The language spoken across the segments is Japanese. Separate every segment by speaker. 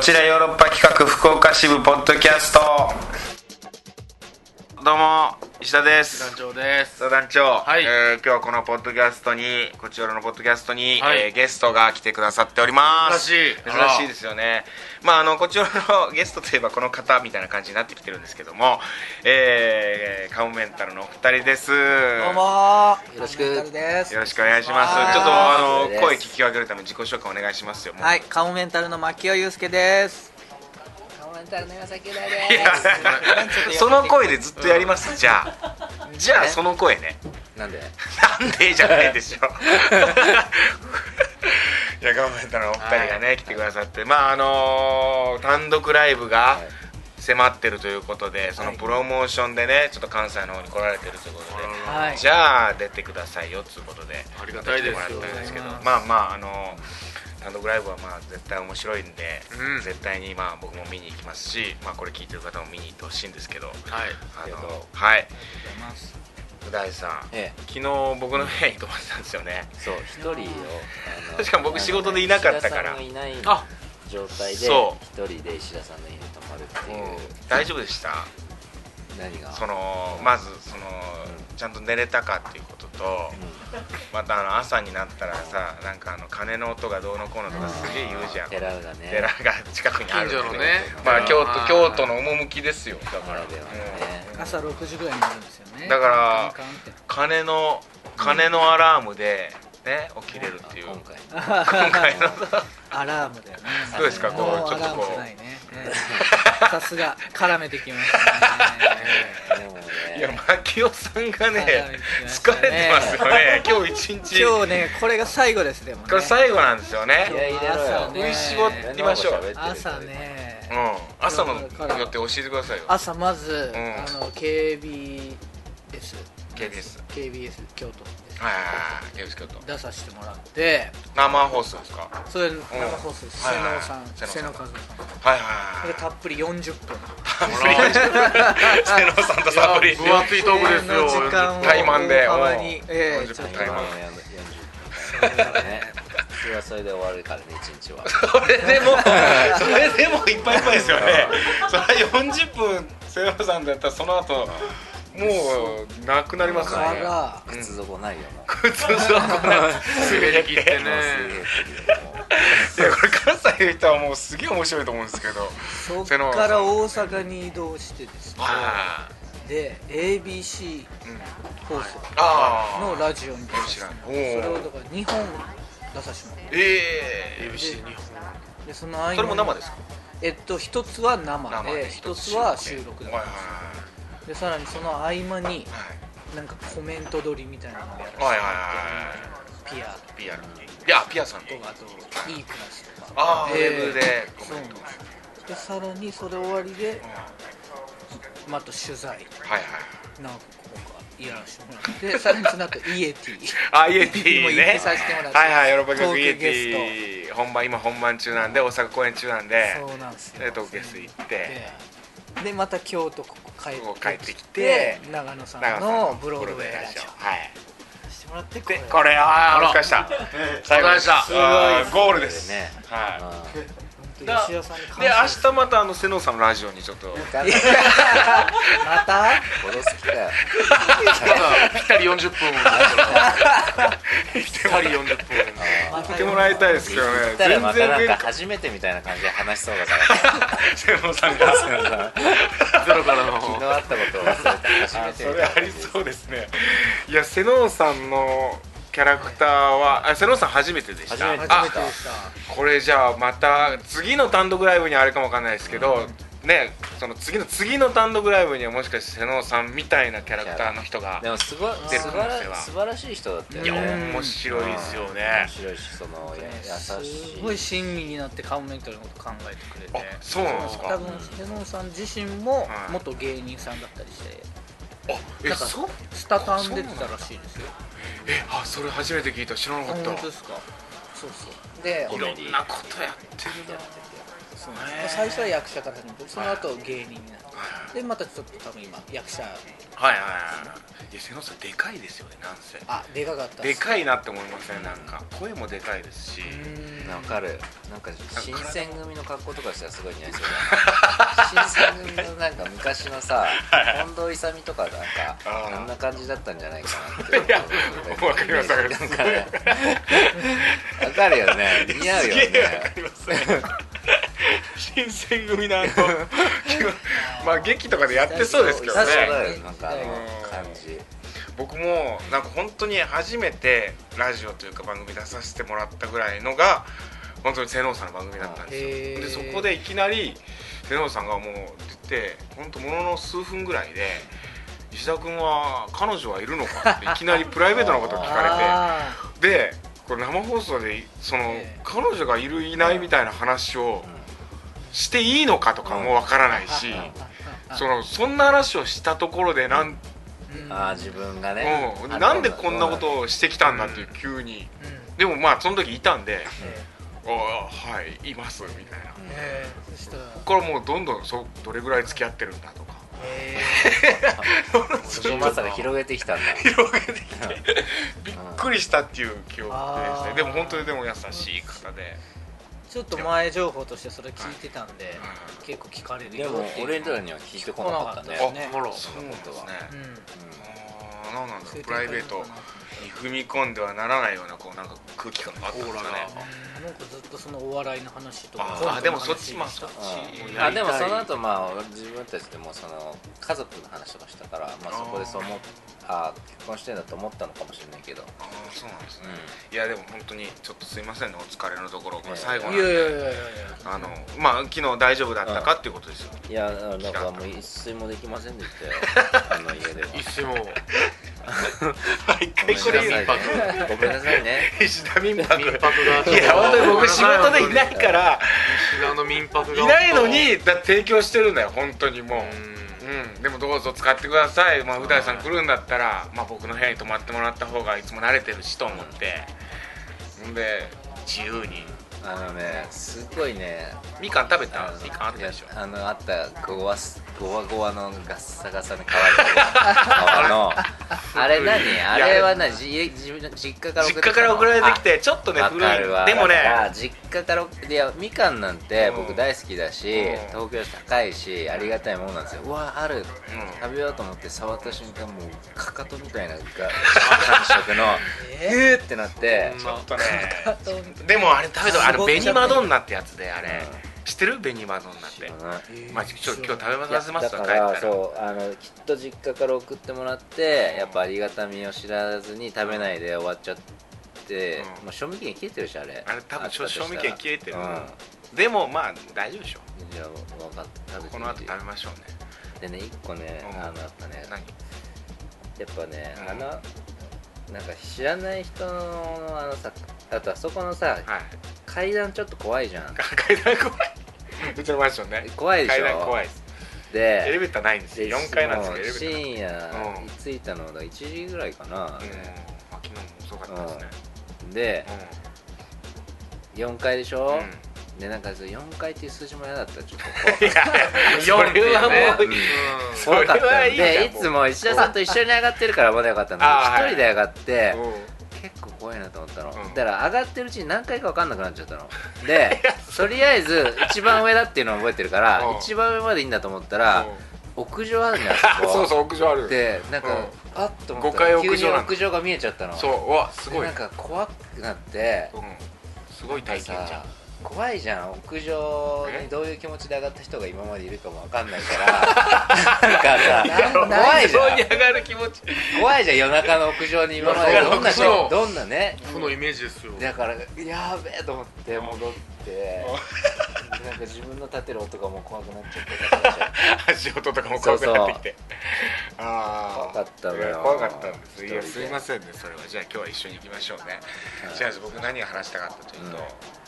Speaker 1: ちらヨーロッパ企画福岡支部ポッドキャストどうも石田です
Speaker 2: 団長です
Speaker 1: 相談長、
Speaker 2: はい
Speaker 1: えー今日はこのポッドキャストにこちらのポッドキャストに、
Speaker 2: はい
Speaker 1: えーゲストが来てくださっております
Speaker 2: 珍しい
Speaker 1: 珍
Speaker 2: あら
Speaker 1: しいですよねまああのこちらのゲストといえばこの方みたいな感じになってきてるんですけども、えー、カモメンタルのお二人です
Speaker 3: どうも
Speaker 4: よろしく
Speaker 3: です
Speaker 1: よろしくお願いします
Speaker 3: はい
Speaker 1: ちょっとあ
Speaker 4: お
Speaker 1: の
Speaker 4: 願いします
Speaker 1: 声聞き分けるために自己紹介お願いしますよもう
Speaker 3: はいカモメンタルの牧尾祐介です
Speaker 4: カモメンタルの岩崎大で
Speaker 1: いや
Speaker 3: い
Speaker 1: その声でずっとやります、じゃあじゃあ
Speaker 3: え
Speaker 1: その声ね
Speaker 4: すなんで
Speaker 1: なんでじゃないでしょいや頑張ったのお二人がね、来てくださってまああのー単独ライブが迫ってるということでそのプロモーションでねちょっと関西の方に来られてるということで、
Speaker 3: はい
Speaker 1: じゃあ出てくださいよっつうことで
Speaker 2: ありがたいです
Speaker 1: 来てもらったんですけど
Speaker 3: ありがとう
Speaker 1: まあまああの単独ライブはまあ絶対面白いんで、
Speaker 2: うん
Speaker 1: 絶対にまあ僕も見に行きますし、まあ、これ聞いてる方も見に行ってほしいんですけど
Speaker 2: はい
Speaker 1: あ
Speaker 4: りがとう
Speaker 1: のはい
Speaker 3: ます
Speaker 1: う大さん、
Speaker 4: ええ
Speaker 1: 昨日僕の部屋に泊まってたんですよね
Speaker 4: そう一人をあの
Speaker 1: しかも僕仕事でいなかったから
Speaker 4: あのね石田さんがいない
Speaker 2: あ
Speaker 4: 状態で
Speaker 1: そ
Speaker 4: 一人で石田さんの家に泊まるっていう
Speaker 1: 大丈夫でした
Speaker 4: 何が
Speaker 1: そのまずそのちゃんと寝れたかっていうこととまたあの朝になったらさなんかあの鐘の音がどうのこうのとかすげえ言うじゃん
Speaker 4: 寺がね
Speaker 1: 寺が近くにあるんで
Speaker 2: 近所のね
Speaker 1: まあ
Speaker 2: うん
Speaker 1: 京都京都の趣ですよだから、
Speaker 4: ならではのね
Speaker 1: うん
Speaker 3: 朝6時ぐらいになるんですよね
Speaker 1: だから
Speaker 3: カンカンって
Speaker 1: 鐘の鐘のアラームでね起きれるっていう
Speaker 4: 今
Speaker 1: 今
Speaker 4: 回
Speaker 1: 回の
Speaker 3: アラー ムだよね
Speaker 1: どうですかこ
Speaker 3: も
Speaker 1: う
Speaker 3: う
Speaker 1: ちょ
Speaker 3: ア
Speaker 1: っと
Speaker 3: ラーム
Speaker 1: こ
Speaker 3: じゃ
Speaker 1: う
Speaker 3: ないね さすが絡めてきましたね
Speaker 4: でもね
Speaker 1: いや、マキオさんがね
Speaker 3: はいはい、
Speaker 1: 疲れてますよね。 今日一日。
Speaker 3: 今日ねこれが最後ですでもね
Speaker 1: これ最後なんですよ
Speaker 4: 気
Speaker 1: ね。
Speaker 4: 合い入れろよ
Speaker 3: 朝ね
Speaker 1: 食いしぼりましょう。
Speaker 4: 目の前喋って
Speaker 3: 朝
Speaker 4: る
Speaker 3: ね
Speaker 1: うん。朝の予定教えてくださいよ。
Speaker 3: 朝まず、
Speaker 1: うん
Speaker 3: あの KBS
Speaker 1: KBS
Speaker 3: KBS 京都です
Speaker 1: はいはいはい。よろしくと。
Speaker 3: 出させてもらって
Speaker 1: 生放送ですか。は
Speaker 3: それ生放送です
Speaker 1: は
Speaker 3: 瀬
Speaker 1: いはい
Speaker 3: 能さん
Speaker 1: 瀬
Speaker 3: 瀬
Speaker 1: 能
Speaker 3: 能
Speaker 1: さ
Speaker 3: 和夫さ
Speaker 1: いは
Speaker 3: ん
Speaker 1: い
Speaker 3: こ
Speaker 1: はい
Speaker 3: れ。たっぷり40分
Speaker 1: 瀬野さんとサブリ。
Speaker 2: 分厚いトークですよ
Speaker 3: この時間を
Speaker 1: 怠慢で
Speaker 3: 大幅にええ
Speaker 1: 40
Speaker 3: ちょっと
Speaker 1: 怠
Speaker 4: 台
Speaker 1: 慢
Speaker 4: 湾やん40分からね普通はそれで終わるからね一日は
Speaker 1: それでも、 それでもいっぱいいっぱいです よね。それ四十分瀬野さんだったらその後もうなくなりますよ
Speaker 3: あ
Speaker 1: ね。
Speaker 3: ら
Speaker 4: 靴底ないよな
Speaker 1: 普 通そう
Speaker 2: 滑り切ってね
Speaker 1: いやこれ関西の人はもうすげえ面白いと思うんですけど
Speaker 3: そっから大阪に移動してですね
Speaker 1: あ
Speaker 3: で ABC
Speaker 1: ー、うん、
Speaker 3: 放送
Speaker 1: あ
Speaker 3: のラジオみたいな
Speaker 1: 知らん
Speaker 3: それをだから2本出させてもらっ
Speaker 1: ええ
Speaker 2: ABC 日本
Speaker 3: てでその合間に
Speaker 1: それも生ですか
Speaker 3: えっと一つは生
Speaker 1: 生
Speaker 3: で一つは収録だ
Speaker 1: はい
Speaker 3: っ
Speaker 1: は
Speaker 3: たでさらにその合間に
Speaker 1: いはい
Speaker 3: なんかコメント撮りみたいなのをやらせて
Speaker 1: はいはいはいは
Speaker 3: ピア
Speaker 1: いピアいやピアさんと
Speaker 3: とかあと E クラスとか
Speaker 1: ああウ
Speaker 3: え
Speaker 1: ェ
Speaker 3: ー
Speaker 1: ブでコ
Speaker 3: そう
Speaker 1: メ
Speaker 3: なん
Speaker 1: ン
Speaker 3: で
Speaker 1: ト
Speaker 3: すでさらにそれ終わりで
Speaker 1: うん
Speaker 3: また取材
Speaker 1: はいはい
Speaker 3: なんかこうかやらせてもら ってさらにその後イエティ
Speaker 1: あイエテ
Speaker 3: もう
Speaker 1: ィ
Speaker 3: 行
Speaker 1: ね
Speaker 3: ってさせてもらって
Speaker 1: はいはいヨーロッパ局
Speaker 3: トーク
Speaker 1: イエテ
Speaker 3: ゲ
Speaker 1: ィ本番今本番中なんで大阪公演中なんで
Speaker 3: そうなんです
Speaker 1: で
Speaker 3: よ
Speaker 1: 東京ス行って
Speaker 3: ででまた京都ここ帰
Speaker 1: ここ帰
Speaker 3: っ
Speaker 1: ってて
Speaker 3: き
Speaker 1: き
Speaker 3: て
Speaker 1: て
Speaker 3: 長野さ
Speaker 1: 長
Speaker 3: ん
Speaker 1: 野さ
Speaker 3: の
Speaker 1: ん
Speaker 3: ブロードウェイラジオ
Speaker 1: はい
Speaker 3: してもらってこ
Speaker 1: で
Speaker 3: れ
Speaker 1: これあ
Speaker 2: あ
Speaker 1: あ
Speaker 2: ら
Speaker 1: お疲れした最後
Speaker 2: お疲れでした
Speaker 1: あーゴールです
Speaker 4: ね
Speaker 1: は
Speaker 3: 本当
Speaker 1: い
Speaker 3: に
Speaker 1: だ
Speaker 3: 吉田さんに
Speaker 1: で
Speaker 3: 感謝
Speaker 1: 明日またあの瀬能さんのラジオにちょっと
Speaker 3: また
Speaker 4: 殺す気かよ
Speaker 2: ただぴったり40分ぴったり40分
Speaker 3: また
Speaker 1: 来てもらいたいですけどね
Speaker 4: 行ったら
Speaker 1: 全
Speaker 4: また
Speaker 1: 然
Speaker 4: なん
Speaker 1: 全
Speaker 4: か
Speaker 1: 然
Speaker 4: 初めてみたいな感じで話しそうだから
Speaker 1: 瀬能さんが
Speaker 2: ゼロからの
Speaker 4: 昨日あったことを忘れて初め
Speaker 1: あ
Speaker 4: て
Speaker 1: そ
Speaker 4: み
Speaker 1: れ
Speaker 4: た
Speaker 1: あ
Speaker 4: い
Speaker 1: りそうですねいや瀬能さんのキャラクターはあ瀬能さん初めてでした
Speaker 4: 初めて
Speaker 3: 初めて
Speaker 1: あ
Speaker 3: でした
Speaker 1: これじゃあまた次の単独ライブにはあれかもわかんないですけど、ねその次の次の単独ライブにはもしかして瀬能さんみたいなキャラクターの人が
Speaker 4: でもすごい
Speaker 1: 出る
Speaker 4: 素
Speaker 1: 可
Speaker 4: 晴
Speaker 1: 能性は
Speaker 4: ら素晴らしい人だったよ
Speaker 1: いや
Speaker 4: ね
Speaker 1: 面白いですよ
Speaker 4: 面
Speaker 1: ね
Speaker 4: 白いしそのや優し
Speaker 3: す
Speaker 4: い
Speaker 3: ごい親身になってカモメンタルのこと考えてくれて
Speaker 1: あそうなんですか
Speaker 3: 多分瀬能さん自身も
Speaker 1: はい
Speaker 3: 元芸人さんだったりして
Speaker 1: あえ
Speaker 3: なんか
Speaker 1: そう
Speaker 3: スタタン出てたらしいですよ
Speaker 1: えあそれ初めて聞いた知らな
Speaker 3: あ
Speaker 1: かっ
Speaker 3: 本
Speaker 1: た
Speaker 3: 当ですかそうそうで
Speaker 1: いろんなことやってる
Speaker 4: やっ
Speaker 3: そうなんです最初は役者から始めてその後芸人になってでまたちょっと多分今役者
Speaker 1: はいはいはいいや瀬野さんでかいですよねなんせ
Speaker 3: あでかかった
Speaker 1: で
Speaker 3: い
Speaker 1: かいなって思いませんなんか声もでかいですし
Speaker 3: うーん
Speaker 4: わかるなんか新選組の格好とかしたらすごい似合いそう だ新選組のなんか昔のさ近藤勇とかなんか
Speaker 1: あー
Speaker 4: あんな感じだったんじゃないかなっていや
Speaker 1: わかりますわかります
Speaker 4: なんかねわかるよね似合うよね
Speaker 1: すげえわかりますね新選組のあの まあ劇とかでやってそうですけどね
Speaker 4: 確
Speaker 3: 確
Speaker 4: か
Speaker 3: か
Speaker 4: だよ
Speaker 3: に
Speaker 4: なんかあの感じ
Speaker 1: 僕もなんか本当に初めてラジオというか番組出させてもらったぐらいのが本当に瀬能さんの番組だったん
Speaker 3: へ
Speaker 1: ですよ
Speaker 3: ー
Speaker 1: でそこでいきなり瀬能さんがもう出て本当ものの数分ぐらいで石田君は彼女はいるのかっていきなりプライベートなことを聞か
Speaker 3: あ
Speaker 1: れてでこれ生放送でその
Speaker 3: ええ
Speaker 1: 彼女がいるいないみたいな話をしていいのかとかもわからないし
Speaker 4: うん
Speaker 3: ーあ
Speaker 1: そのそんな話をしたところでなん
Speaker 3: うん
Speaker 4: ああ自分がね
Speaker 1: うん、なんでこんなことをしてきたんだっていう急に
Speaker 3: うん
Speaker 1: でもまあその時いたんで
Speaker 3: え
Speaker 1: 「ああはいいます」みたいな
Speaker 4: う
Speaker 1: こ
Speaker 4: ん
Speaker 3: ーえーそした ら
Speaker 1: こからもうどんどんそどれぐらい付き合ってるんだとか
Speaker 3: え
Speaker 4: 自分の中で広げてきた んだ
Speaker 1: 広げてきてびっくりしたっていう記憶です
Speaker 3: あ
Speaker 1: ね
Speaker 3: ー
Speaker 1: でも本当にでも優しい方で
Speaker 3: ーちょっと前情報としてそれ聞いてたんで結構聞かれる
Speaker 4: で
Speaker 3: よ
Speaker 4: も
Speaker 3: っていう
Speaker 4: 俺らには聞いてこなかったね
Speaker 3: 来なかった
Speaker 1: ね
Speaker 2: あら
Speaker 1: そうなんですね
Speaker 3: うん
Speaker 1: あーなんなんだろうプライベートに踏み込んではならないようなこうなんか空気感があったんですかね
Speaker 2: オーラが
Speaker 3: うんなんかずっとそのお笑いの話とかコントの
Speaker 1: あ
Speaker 3: 話
Speaker 1: あでもそっちまあそっち
Speaker 4: うんあでもその後まあ自分たちでもその家族の話とかしたから、まあ、そこでそう思っあ結婚してんだと思ったのかもしれないけど、
Speaker 1: ああそうなんですねいやでも本当にちょっとすいませんねお疲れのところこれ最後なんで
Speaker 3: いやいやいやいやい
Speaker 1: あのまあ昨日大丈夫だったかっていうことですよ、
Speaker 4: いやなんかもう一睡もできませんで したよあの家では
Speaker 2: 一瞬も
Speaker 1: 毎回これ言う
Speaker 4: ごめんなさいねごめんなさいね
Speaker 1: 石田民泊
Speaker 2: 民泊が
Speaker 1: いや本当に僕仕事でいないから
Speaker 2: 石田の民泊が
Speaker 1: いないのにだって提供してるんだよ本当にもう
Speaker 2: うん
Speaker 1: うん、でもどうぞ使ってくださいまあう大さん来るんだったら、まあ、僕の部屋に泊まってもらった方がいつも慣れてるしと思ってほんで自由に
Speaker 4: あのねすごいね
Speaker 1: みかん食べた
Speaker 4: あの
Speaker 1: みかんあったでしょ
Speaker 4: いやあのあったごわすごわごわのガッサガサの皮 があのあれ何あれは何じ自分の実家から送って
Speaker 1: 実家
Speaker 4: きたの
Speaker 1: から送られてきてちょっとね
Speaker 4: わ
Speaker 1: 古い
Speaker 4: かるわ
Speaker 1: でもね
Speaker 4: だから実家からいやみかんなんて僕大好きだし、
Speaker 1: うん
Speaker 4: 東京高いしありがたいものなんですようわある、食べようと思って触った瞬間もうかかとみたいなが 感触のえーってなって
Speaker 1: ちょっとね
Speaker 3: やいや
Speaker 1: でもあれ食べたあれ
Speaker 3: すごい
Speaker 1: 紅マドンナってやつであれ知ってる紅マドンナってまあ、ちょっと今日食べさせま
Speaker 4: だ
Speaker 1: す
Speaker 4: か
Speaker 1: わ帰った
Speaker 4: ら
Speaker 1: ら
Speaker 4: そうあのきっと実家から送ってもらってやっぱありがたみを知らずに食べないで終わっちゃって、
Speaker 1: うん
Speaker 4: もう賞味期限切れてるしあれ
Speaker 1: あれ多分
Speaker 4: ったとしたら
Speaker 1: 賞味期限切れてる
Speaker 4: うん
Speaker 1: でもまあ大丈夫でしょ
Speaker 4: じゃあ分かった食べてみて
Speaker 1: この後食べましょうね
Speaker 4: でね1個ね、
Speaker 1: うん
Speaker 4: あのやっぱね
Speaker 1: 何
Speaker 4: やっぱね、
Speaker 1: うん
Speaker 4: あのなんか知らない人のあのさあとあそこのさ
Speaker 1: はい
Speaker 4: 階段ちょっと怖いじゃん
Speaker 1: 階段怖いうちのマンションね
Speaker 4: 怖いで
Speaker 1: 階
Speaker 4: しょ
Speaker 1: 段怖いですエレ
Speaker 4: で
Speaker 1: ベーターないんです
Speaker 4: で
Speaker 1: よ4階なんですけどエレベー
Speaker 4: もう深夜
Speaker 1: うん
Speaker 4: に着いたのが1時ぐらいかな
Speaker 1: タ、ーないうんまあ昨日も遅かったですね
Speaker 4: で4階でしょ、
Speaker 1: うん
Speaker 4: でなんかそう4階っていう数字も嫌だったちょっと
Speaker 1: それはもう
Speaker 4: うん
Speaker 1: いい
Speaker 2: うん
Speaker 4: 怖か っ
Speaker 1: それ
Speaker 4: た
Speaker 1: は
Speaker 4: ん
Speaker 1: いいじゃん
Speaker 4: でい
Speaker 1: もう
Speaker 4: つも石田さんと一緒に上がってるからまだよかったんだ
Speaker 1: あー
Speaker 4: けど1人で上がって、
Speaker 1: うん
Speaker 4: 結構怖いなと思ったの、
Speaker 1: うん
Speaker 4: だから上がってるうちに何回か分かんなくなっちゃった のでとりあえず一番上だっていうのを覚えてるから、
Speaker 1: うん
Speaker 4: 一番上までいいんだと思ったら、屋上あるじゃん
Speaker 1: あ
Speaker 4: あそ こ
Speaker 1: そうそう屋上ある
Speaker 4: でなんか、
Speaker 1: うん
Speaker 4: あっと思っ
Speaker 1: 五
Speaker 4: たら
Speaker 1: 階
Speaker 4: 急
Speaker 1: 屋
Speaker 4: に
Speaker 1: 上なの
Speaker 4: 屋上が見えちゃったの
Speaker 1: そううわすごい
Speaker 4: でなんか怖くなって
Speaker 1: うんすごい体験じゃん
Speaker 4: さ怖いじゃん屋上にどういう気持ちで上がった人が今までいるかも分かん ないからなんかさ
Speaker 3: な
Speaker 4: 怖いじゃ
Speaker 1: 屋上に
Speaker 4: ん
Speaker 1: 上がる気持ち
Speaker 4: 怖いじゃん夜中の屋上に今までどん
Speaker 2: 夜
Speaker 4: な
Speaker 2: 中の屋上
Speaker 4: どんなね
Speaker 2: 負のイメージですよ
Speaker 4: だからやーべえと思って戻って でなんか自分の立てる音がもう怖くなっちゃってたから
Speaker 1: 足音とかも怖くなってきてああ
Speaker 4: 怖かったわよ
Speaker 1: いや怖かったんですいや
Speaker 4: 一人
Speaker 1: す
Speaker 4: で
Speaker 1: いませんねそれはじゃあ今日は一緒に行きましょうね
Speaker 4: はい
Speaker 1: じゃあ僕何が話したかったというと、
Speaker 4: うん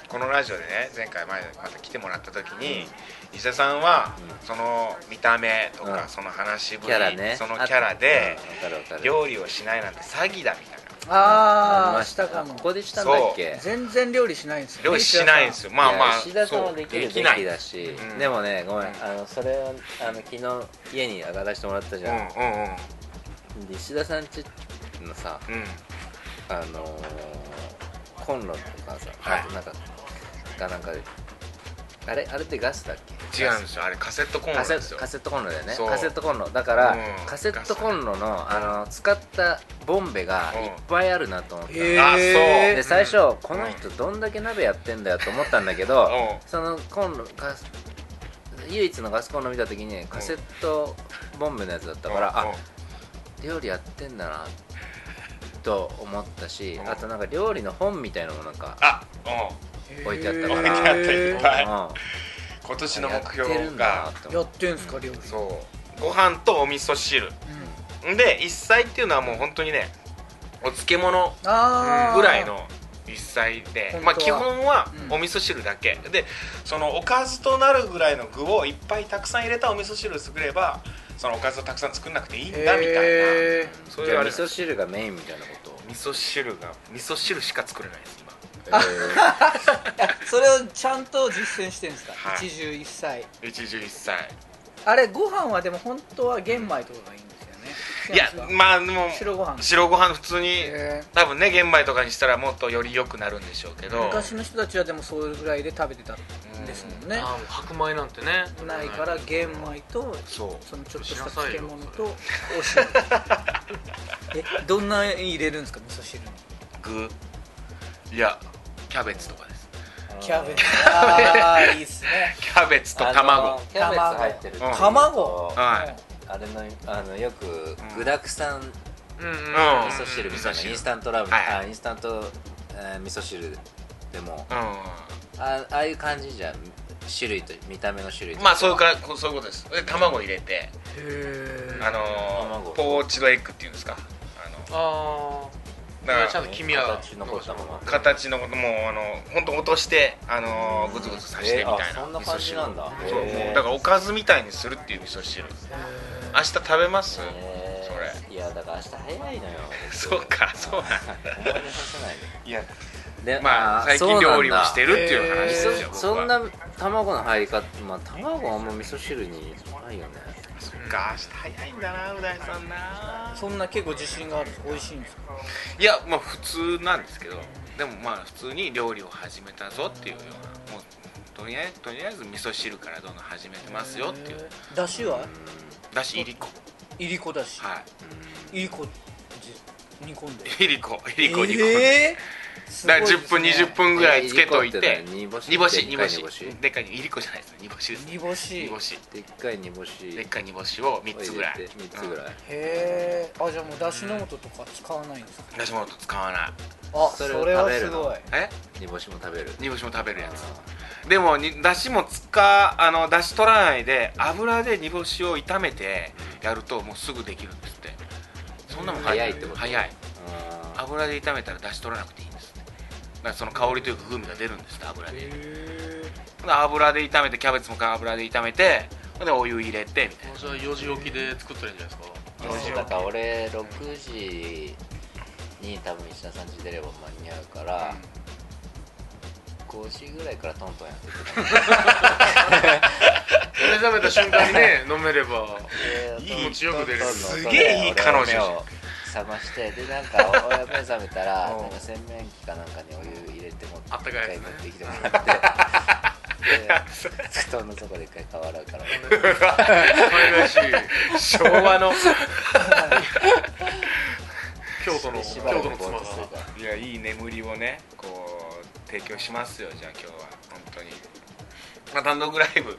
Speaker 1: このラジオでね前回前また来てもらった時に、伊勢さんは、
Speaker 4: う
Speaker 1: その見た目とか、
Speaker 4: うん
Speaker 1: その話ぶ
Speaker 4: キ
Speaker 1: り
Speaker 4: ャラね
Speaker 1: そのキャラで
Speaker 4: あうんわかるわかる
Speaker 1: 料理をしないなんて詐欺だみたいな
Speaker 3: あ
Speaker 4: り
Speaker 3: あ
Speaker 4: ま
Speaker 3: したか
Speaker 4: こ
Speaker 3: も
Speaker 4: こでしたんだっけ
Speaker 3: 全然料理しないんですよ
Speaker 1: 料理しないんですよまあま
Speaker 4: いや
Speaker 1: あ
Speaker 4: 石田さんは
Speaker 1: そう
Speaker 4: できるべき
Speaker 1: ない
Speaker 4: だし、
Speaker 1: うん
Speaker 4: でもねごめん、
Speaker 1: うん
Speaker 4: あのそれをあの昨日家に上がらせてもらったじ
Speaker 1: うん
Speaker 4: ゃ、
Speaker 1: うんんうん
Speaker 4: で石田さんちのさ
Speaker 1: うん
Speaker 4: あのーコンロとかさ、
Speaker 1: はい
Speaker 4: あとなんかかなんかであれあれってガスだっけ
Speaker 1: 違うんですよあれカセットコンロ
Speaker 4: カ
Speaker 1: なん
Speaker 4: セ
Speaker 1: で
Speaker 4: ッ
Speaker 1: す
Speaker 4: ト
Speaker 1: よ
Speaker 4: カセットコンロだよね
Speaker 1: そう
Speaker 4: カセットコンロだから、
Speaker 1: うん
Speaker 4: カセットコンロのあの使ったボンベが
Speaker 1: うん
Speaker 4: いっぱいあるなと思ったの、
Speaker 3: へ
Speaker 1: あそう
Speaker 4: で
Speaker 3: え
Speaker 4: 最初、この人どんだけ鍋やってんだよと思ったんだけど、
Speaker 1: う
Speaker 4: そのコンロガス唯一のガスコンロ見た時にカセットボンベのやつだったから、
Speaker 1: うん
Speaker 4: あ料理やってんだなと思ったし、
Speaker 1: うん
Speaker 4: あとなんか料理の本みたいのもなんか
Speaker 1: あうん
Speaker 4: 置いてあった
Speaker 1: 置
Speaker 4: か
Speaker 1: い
Speaker 4: ら
Speaker 1: てあったいっぱい
Speaker 4: うん
Speaker 1: 今年の目
Speaker 4: やってる
Speaker 1: 標
Speaker 4: んだな
Speaker 1: が
Speaker 4: と
Speaker 3: や
Speaker 4: 思っ
Speaker 3: ってんすか料理
Speaker 1: そうご飯とお味噌汁
Speaker 3: うん
Speaker 1: で一歳っていうのはもう本当にねお漬物
Speaker 3: あー
Speaker 1: ぐらいの一歳で
Speaker 3: 本当は
Speaker 1: まあ基本は
Speaker 3: うん
Speaker 1: お味噌汁だけ、でそのおかずとなるぐらいの具をいっぱいたくさん入れたお味噌汁を作ればそのおかずをたくさん作んなくていいんだみたいな、
Speaker 3: へー
Speaker 1: そう
Speaker 4: じ
Speaker 1: いう
Speaker 4: ゃ
Speaker 1: あ
Speaker 4: あ
Speaker 1: れ
Speaker 4: 味
Speaker 1: 味
Speaker 4: 噌汁がメインみたいなこと
Speaker 1: 噌汁が味噌汁しか作れないです今
Speaker 4: え
Speaker 3: それをちゃんと実践してるんですか
Speaker 1: はい
Speaker 3: 一汁一菜
Speaker 1: 11歳
Speaker 3: あれご飯はでも本当は玄米とかがいいんですよね
Speaker 1: いや
Speaker 3: 違うんですか
Speaker 1: まあでも
Speaker 3: 白ご飯
Speaker 1: 白ご飯普通に
Speaker 3: へ
Speaker 1: 多分ね玄米とかにしたらもっとより良くなるんでしょうけど
Speaker 3: 昔の人たちはでもそれぐらいで食べてたんですもんね
Speaker 2: ああもう白米なんてね
Speaker 3: ないから玄米と
Speaker 1: そ
Speaker 3: そのちょっとした漬物とお汁 えどんなに入れるんですか味噌汁に
Speaker 1: う具いやキャベツとかです
Speaker 4: ー
Speaker 3: キャベツああいいっすね
Speaker 1: キャベツと
Speaker 4: あ
Speaker 1: 卵
Speaker 4: のキャベツ入ってる
Speaker 1: うん
Speaker 3: 卵
Speaker 1: はい
Speaker 4: あれのあのよく具だくさん味
Speaker 2: うんうん
Speaker 1: うん
Speaker 4: 噌汁みた
Speaker 1: 味噌
Speaker 4: いな
Speaker 1: 汁
Speaker 4: インスタントラーメン、
Speaker 1: はい
Speaker 4: あインスタント、えー味噌汁でも
Speaker 1: う
Speaker 4: あああいう感じじゃん種類と見た目の種類
Speaker 1: ん
Speaker 4: と
Speaker 1: まあそういうからこそういうことですで卵入れて
Speaker 3: へ
Speaker 1: あ
Speaker 4: 卵
Speaker 1: のーポーチドエッグっていうんですかあの
Speaker 2: あ
Speaker 1: だ
Speaker 2: あち
Speaker 1: か
Speaker 2: ゃ
Speaker 1: ら
Speaker 2: んと黄身は
Speaker 4: 形残ったまま
Speaker 1: 形のこともうあの本当落としてあのーグツグツさせてみた
Speaker 4: え
Speaker 1: い
Speaker 4: ー
Speaker 1: な
Speaker 4: あそんな
Speaker 1: 味
Speaker 4: 感
Speaker 1: 噌
Speaker 4: じ
Speaker 1: 汁
Speaker 4: なんだ
Speaker 1: そうも
Speaker 4: へ
Speaker 1: う
Speaker 4: ー
Speaker 1: だからおかずみたいにするっていう味噌汁明日食べます
Speaker 4: えーいやだから明日早いのよ
Speaker 1: そうかそうなんだ
Speaker 4: 思い出させない
Speaker 1: いや
Speaker 4: でで
Speaker 1: まあ
Speaker 4: ー
Speaker 1: 最
Speaker 4: そうな
Speaker 1: 近
Speaker 4: んだ
Speaker 1: 料理をしてるっていう話ですよ
Speaker 4: そ
Speaker 1: 僕は
Speaker 4: そんな卵の入り方まあ卵はあんま味噌汁にないよね
Speaker 1: そっか明日早いんだなう大さんな
Speaker 3: そんな結構自信があるんです美味しいんですか
Speaker 1: いやまあ普通なんですけどでもまあ普通に料理を始めたぞっていうようなもうとりあえずとりあえず味噌汁からどんどん始めてますよっていう
Speaker 3: だしは
Speaker 1: だしいりこ
Speaker 3: いりこだし
Speaker 1: はい
Speaker 3: いりこ煮込んで
Speaker 1: いりこいりこにこ、
Speaker 3: えーすご
Speaker 1: だ
Speaker 3: い
Speaker 1: から
Speaker 3: で
Speaker 1: 10
Speaker 3: すね
Speaker 1: 分20分ぐらいつけとい
Speaker 4: え
Speaker 1: て
Speaker 4: ーいりこって
Speaker 1: 煮
Speaker 4: 何
Speaker 1: 干し煮
Speaker 4: 煮
Speaker 1: 干
Speaker 4: 干
Speaker 1: し
Speaker 4: し
Speaker 1: でっかいいりこじゃないです煮干しです
Speaker 3: 煮干し
Speaker 1: 煮干し
Speaker 4: でっかい煮干し
Speaker 1: でっかい煮干しを3つぐらい
Speaker 4: 入れて三つぐらい、
Speaker 3: へえあじゃあもうだしの素とか使わないんですか
Speaker 1: うん出し物と使わない
Speaker 3: あ
Speaker 4: そ
Speaker 3: そ
Speaker 4: れ
Speaker 3: れはす
Speaker 4: 食
Speaker 3: ごい
Speaker 1: え
Speaker 4: 煮干しも食べる
Speaker 1: 煮干しも食べるやつ
Speaker 4: あ
Speaker 1: でもにだしも使あのだし取らないで油で煮干しを炒めてやるともうすぐできるんですってそんなもん
Speaker 4: 早いってこと
Speaker 1: 早い
Speaker 4: ーあ
Speaker 1: 油で炒めたらだし取らなくていいんですってだからその香りというか風味が出るんですって油で
Speaker 3: へ
Speaker 1: で油で炒めてキャベツも油で炒めてでお湯入れてみたい
Speaker 2: じゃあ4時起きで作ってるんじゃないですか
Speaker 4: ーだから俺6時に多分石田さんち出れば間に合うから、5時ぐらいからトントンやってく
Speaker 2: 目覚めた瞬間にね飲めれば
Speaker 4: る
Speaker 2: いい気持ちよく出る
Speaker 1: すげえいい彼女じゃん
Speaker 4: 覚ましてでなんかお親目覚めたら
Speaker 1: うん
Speaker 4: なんか洗面器かなんかにお湯入れても
Speaker 2: あったかいやつね
Speaker 4: 一回持ってきてもらってで布団の底で一回顔洗うから
Speaker 2: 海外し
Speaker 1: な昭和の
Speaker 2: 京都の
Speaker 4: しばら
Speaker 2: 京
Speaker 4: く
Speaker 2: 都
Speaker 4: ぼ
Speaker 2: の妻
Speaker 4: ーっとする
Speaker 2: が
Speaker 4: から
Speaker 1: いやいい眠りをねこう提供しますよじゃあ今日は本当に、まあ、単独ライブ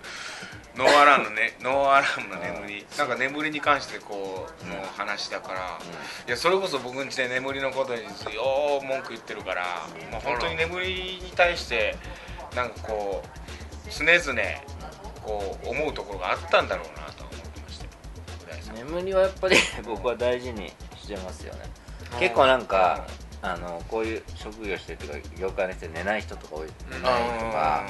Speaker 1: ノーアラームの ねノーアラームの眠りなんか眠りに関してこうの話だから、いやそれこそ僕んちで眠りのことによう文句言ってるから、もう本当に眠りに対してなんかこう常々こう思うところがあったんだろうなとは思ってましたよう大さん
Speaker 4: 眠りはやっぱり 僕は大事にしてますよね結構なんかあのこういう職業してるとか業界の人で寝ない人とか多い寝ないとか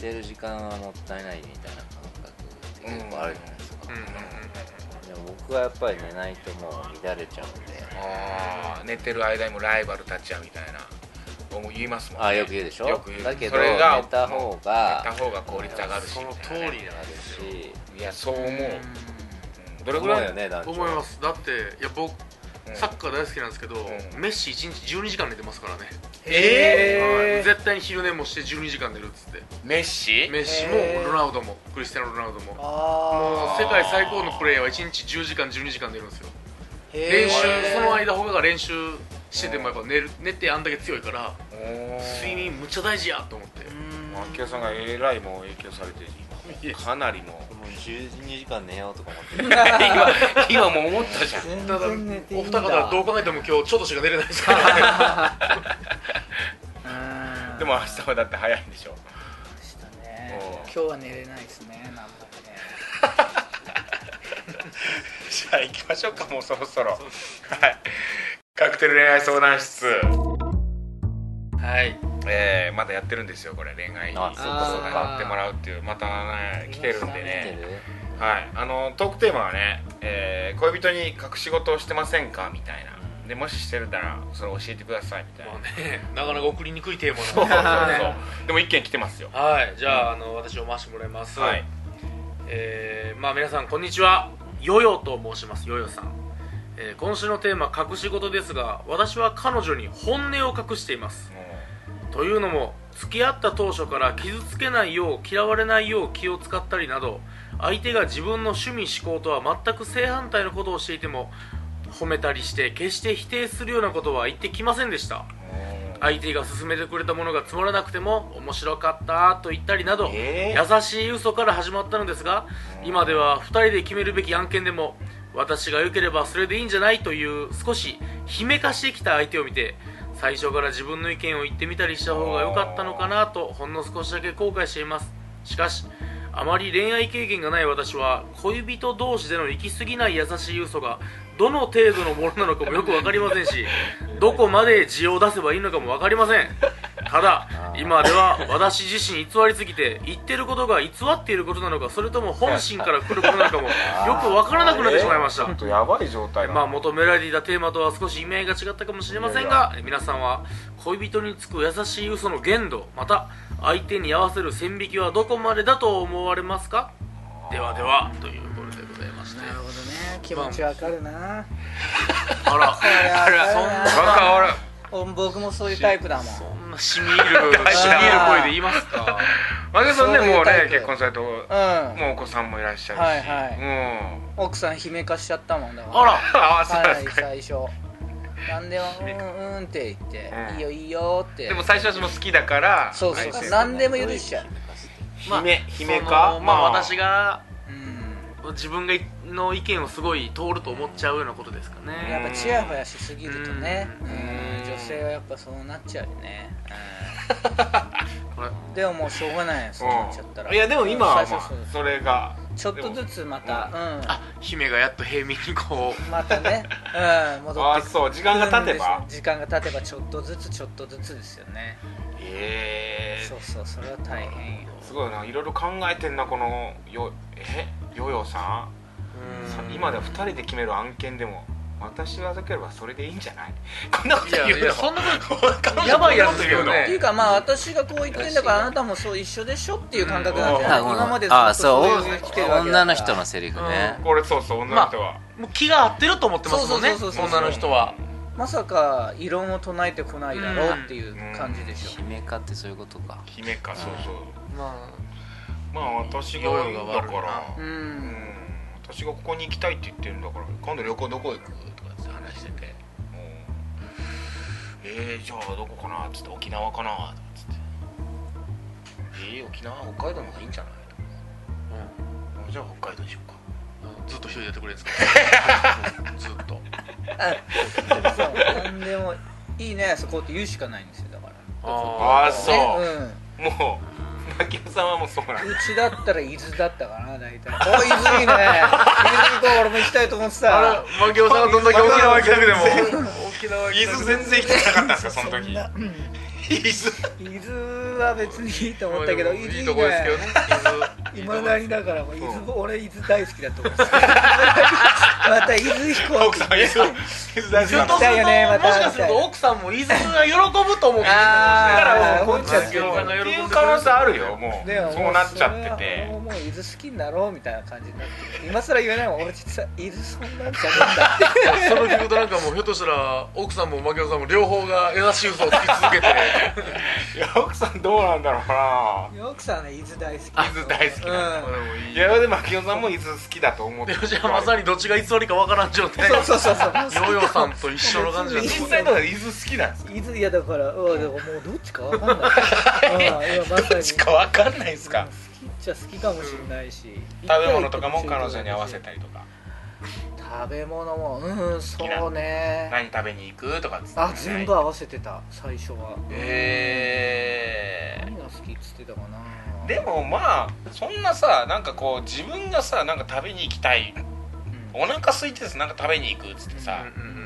Speaker 4: 寝てる時間はもったいないみたいな感覚って結構あるじゃないですか、
Speaker 2: うんうんうん
Speaker 4: でも僕はやっぱり寝ないともう乱れちゃうんで
Speaker 1: あー寝てる間にもライバルたちやみたいなもう言いますもんね
Speaker 4: あよく言うでしょ
Speaker 1: よく言う
Speaker 4: だけど
Speaker 1: それが
Speaker 4: 寝た方が
Speaker 1: 寝た方が効率上がるし
Speaker 2: その通
Speaker 1: みた
Speaker 2: りない
Speaker 1: な
Speaker 2: んで
Speaker 1: ね
Speaker 4: ある
Speaker 2: すよ
Speaker 4: し
Speaker 1: いやそう思う、うんどれぐ
Speaker 4: 思
Speaker 1: ら
Speaker 4: う
Speaker 1: い
Speaker 4: よね団長
Speaker 2: 思いますだっていや僕
Speaker 1: うん
Speaker 2: サッカー大好きなんですけど、
Speaker 1: うん
Speaker 2: メッシ1日12時間寝てますからね
Speaker 3: え
Speaker 1: え
Speaker 2: はい
Speaker 3: え
Speaker 2: 絶対に昼寝もして12時間寝るっつって
Speaker 1: メッシ
Speaker 2: メッシ
Speaker 3: へ
Speaker 2: も
Speaker 3: ー
Speaker 2: ロナウドもクリスティアーノ・ロナウドもも
Speaker 3: あ
Speaker 2: う世界最高のプレイヤーは1日10時間12時間寝るんですよ
Speaker 3: ーへー
Speaker 2: 練習その間他が練習しててもやっぱ寝る寝てあんだけ強いから睡
Speaker 1: 睡
Speaker 2: 眠むっちゃ大事やと思って
Speaker 3: うん
Speaker 1: マッキさんがえらいもう影響されてる
Speaker 2: いや
Speaker 1: 今かなりもう
Speaker 4: もう12時間寝ようとか思って
Speaker 1: 今今もう思ったじゃん
Speaker 4: 全
Speaker 2: ただお
Speaker 4: 然寝ていい
Speaker 2: 二
Speaker 4: ん
Speaker 2: 方
Speaker 4: だ
Speaker 2: はどう考えても今日ちょっとしか寝れないですから
Speaker 3: う ん
Speaker 1: でも明日はだって早いんでしょ
Speaker 3: でしたね
Speaker 1: おう
Speaker 3: 今日は寝れないですねなんもね
Speaker 1: じゃあ行きましょうかもうそろそろはいカクテル恋愛相談室
Speaker 2: はい
Speaker 1: えー、まだやってるんですよこれ恋愛
Speaker 4: あ
Speaker 1: 相
Speaker 4: そう
Speaker 3: かそうか
Speaker 1: 談やってもらうっていうまたね来てるんで
Speaker 4: 寝て
Speaker 1: ね
Speaker 4: る
Speaker 1: はいあのトークテーマはね、えー恋人に隠し事をしてませんか?」みたいなでもししてるならそれ教えてくださいみたいな
Speaker 2: まあねなかなか送りにくいテーマ
Speaker 1: そうそう
Speaker 2: なんですけど
Speaker 1: そ
Speaker 2: ね
Speaker 1: うでも一件来てますよ
Speaker 2: はいじゃああの私読ませてもらいます
Speaker 1: はい
Speaker 2: えーまあ皆さんこんにちはヨヨと申しますヨヨさん、えー今週のテーマ隠し事ですが私は彼女に本音を隠していますというのも付き合った当初から傷つけないよう嫌われないよう気を使ったりなど相手が自分の趣味思考とは全く正反対のことをしていても褒めたりして決して否定するようなことは言ってきませんでした相手が勧めてくれたものがつまらなくても面白かったと言ったりなど、
Speaker 1: え
Speaker 2: 優しい嘘から始まったのですが
Speaker 1: うん
Speaker 2: 今では2人で決めるべき案件でも私が良ければそれでいいんじゃないという少しひめかしてきた相手を見て最初から自分の意見を言ってみたりした方が良かったのかなとほんの少しだけ後悔していますしかしあまり恋愛経験がない私は恋人同士での行き過ぎない優しい嘘がどの程度のものなのかもよく分かりませんしどこまで字を出せばいいのかも分かりませんただ今では私自身偽りすぎて言ってることが偽っていることなのかそれとも本心から来ることなのかもよく分からなくなってしまいまし
Speaker 1: ちょ
Speaker 2: た
Speaker 1: っとやばい状態な
Speaker 2: まあ求められていたテーマとは少し意味合いが違ったかもしれませんが皆さんは恋人につく優しい嘘の限度また相手に合わせる線引きはどこまでだと思われますかではではということでございまして
Speaker 3: なるほどね気持ちわかるな
Speaker 2: あら
Speaker 3: これわかるな
Speaker 2: そんな
Speaker 1: バカおる
Speaker 3: 僕もそういうタイプだもん
Speaker 2: そんなしみ入るしみ入る声で言いますか
Speaker 1: マギさんね
Speaker 3: そういう
Speaker 1: もう
Speaker 3: タ
Speaker 1: ね
Speaker 3: イプ
Speaker 1: 結婚されてもう
Speaker 3: うん
Speaker 1: お子さんもいらっしゃるし
Speaker 3: はいはい
Speaker 1: うん
Speaker 3: 奥さん悲鳴化しちゃったもんだから
Speaker 2: あら
Speaker 1: あそうなん
Speaker 3: は
Speaker 1: で
Speaker 3: い
Speaker 1: すか
Speaker 3: 最初なんでもうんうんって言って、
Speaker 1: うん
Speaker 3: いいよいいよって
Speaker 1: でも最初はその好きだから
Speaker 3: そうそう
Speaker 1: 愛せる
Speaker 3: なん何でも許しちゃう
Speaker 2: まあ
Speaker 1: 姫姫
Speaker 2: そ
Speaker 1: か
Speaker 2: のまあ私
Speaker 1: が
Speaker 2: が
Speaker 3: うん
Speaker 2: 自分がの意見をすごい通ると思っちゃうようなことですか
Speaker 3: やっ
Speaker 2: ね
Speaker 3: ぱチヤホヤしすぎるとね
Speaker 2: う
Speaker 3: うんん女性はやっぱそうなっちゃうよねうんでももうしょうがないよそうなっちゃったら
Speaker 1: いやでも今は
Speaker 3: うん最
Speaker 1: ま
Speaker 3: 初そう
Speaker 1: あそれが
Speaker 3: ちょっとずつまたうん
Speaker 2: あ姫がやっと平民にこう
Speaker 3: また ね、うん、戻っ
Speaker 1: あ
Speaker 3: てくる
Speaker 1: そう時間が経てば
Speaker 3: うんですよ時間が経てばちょっとずつちょっとずつですよね
Speaker 1: え
Speaker 3: そ
Speaker 1: え
Speaker 3: うそうそれは大変よ
Speaker 1: すごいないろいろ考えてんなこのよえヨヨさんさ今では2人で決める案件でも私はだければそれでいいんじじゃない こんなこと
Speaker 2: い
Speaker 1: 言
Speaker 2: や
Speaker 1: うの
Speaker 2: いやそんなこと
Speaker 1: や
Speaker 2: や
Speaker 1: ば
Speaker 2: ば
Speaker 1: い
Speaker 2: い
Speaker 1: や
Speaker 2: や
Speaker 1: つ
Speaker 2: つ
Speaker 1: だ
Speaker 2: だ
Speaker 1: よ
Speaker 2: よ
Speaker 1: ね
Speaker 2: ね
Speaker 3: っていうかまあ私がこう言ってんだからあなたもそう一緒でしょっていう感覚なんじゃない、
Speaker 4: うん
Speaker 3: 今までずっ
Speaker 4: あ
Speaker 3: と
Speaker 4: あそ
Speaker 3: そ
Speaker 4: う
Speaker 3: ういうのが来てるわけだから
Speaker 4: 女の人のセリフね
Speaker 1: これそうそう女の人は、
Speaker 2: もう気が合ってると思ってますもんね
Speaker 3: そうそうそうそう
Speaker 2: 女の人は
Speaker 3: まさか異論を唱えてこないだろうっていう感じでしょ、
Speaker 4: 姫かってそういうことか
Speaker 1: 姫かそうそう
Speaker 2: ま
Speaker 1: まあ私が
Speaker 2: ヨ
Speaker 1: だ
Speaker 2: ヨが悪いな
Speaker 1: から
Speaker 3: う
Speaker 1: うんん私がここに行きたいって言ってるんだから今度旅行どこ行くとかって話しててうんえー、じゃあどこかなっつって沖縄かなっつってえー、沖縄北海道の方がいいんじゃない
Speaker 2: あ、う
Speaker 1: じゃあ北海道にしようか
Speaker 2: ん、ずっと一人でやってくれるんですか うんずっと
Speaker 3: そうなんでもいいねそこって言うしかないんですよだから
Speaker 1: あーそう
Speaker 3: ね
Speaker 1: もう牧野さんはもうそうなん
Speaker 3: う
Speaker 1: だ
Speaker 3: ん、うちだったら伊豆だったかな大体お伊豆いいね伊豆行こう俺も行きたいと思って
Speaker 2: あ
Speaker 3: た
Speaker 2: らマギオさんがどんだけ沖縄行きたく
Speaker 1: 全
Speaker 2: ても沖縄
Speaker 1: 伊豆全然行きたかったんですかその時伊豆
Speaker 3: 伊豆は別にいいと思ったけど伊豆
Speaker 2: い
Speaker 3: い
Speaker 2: い
Speaker 3: い
Speaker 2: とこですけど
Speaker 3: ね
Speaker 2: ね
Speaker 3: いまだにだからもう伊豆、
Speaker 1: うん
Speaker 3: 俺伊豆大好きだと思ってまた伊豆飛行
Speaker 1: 奥
Speaker 3: 機
Speaker 1: さん伊豆伊豆大好きな
Speaker 3: ずっと
Speaker 1: の
Speaker 3: だよねまた
Speaker 2: もしかすると奥さんも伊豆が喜ぶと思って
Speaker 3: あー
Speaker 2: だからもうこっちは
Speaker 1: ってい
Speaker 2: 業界が喜んでくれ
Speaker 1: う
Speaker 2: る
Speaker 1: 可能性あるよもう
Speaker 3: でもも
Speaker 1: そうなっちゃってて
Speaker 3: それはもうもう伊豆好きになろうみたいな感じになって今更言えないもん俺実は伊豆そんなんじゃねえ んだって
Speaker 2: それを聞くとなんかもうひょっとしたら奥さんも槙野さんも両方が優しい嘘をつき続けて
Speaker 1: いや奥さんどうなんだろうな
Speaker 3: よくさんね伊豆大好き伊
Speaker 1: 伊豆大好きな
Speaker 2: これもい
Speaker 1: い
Speaker 2: い
Speaker 1: やでも秋代さんも伊豆好きだと思って
Speaker 2: でもじゃあまさにどっちが偽りかわからん状態
Speaker 3: そうそうそうそう
Speaker 2: ヨーヨーさんと一緒の感じだった
Speaker 1: 実際だから伊豆好きなんですか
Speaker 3: 伊豆いやだからうんだからもうどっちかわかんないうん今まさに
Speaker 1: どっちかわかんないですか
Speaker 3: 好きっちゃ好きかもしれないし、
Speaker 1: 食べ物とかも彼女に合わせたりとか
Speaker 3: 食べ物もうんそうね
Speaker 1: 何食べに行くとかっつって
Speaker 3: あ全部合わせてた最初は
Speaker 1: え
Speaker 3: 何が好きっつってたかな
Speaker 1: ー、でもまあそんなさなんかこう自分がさなんか食べに行きたい
Speaker 3: うん
Speaker 1: お腹空いててなんか食べに行くっつってさ、
Speaker 2: うんうんうん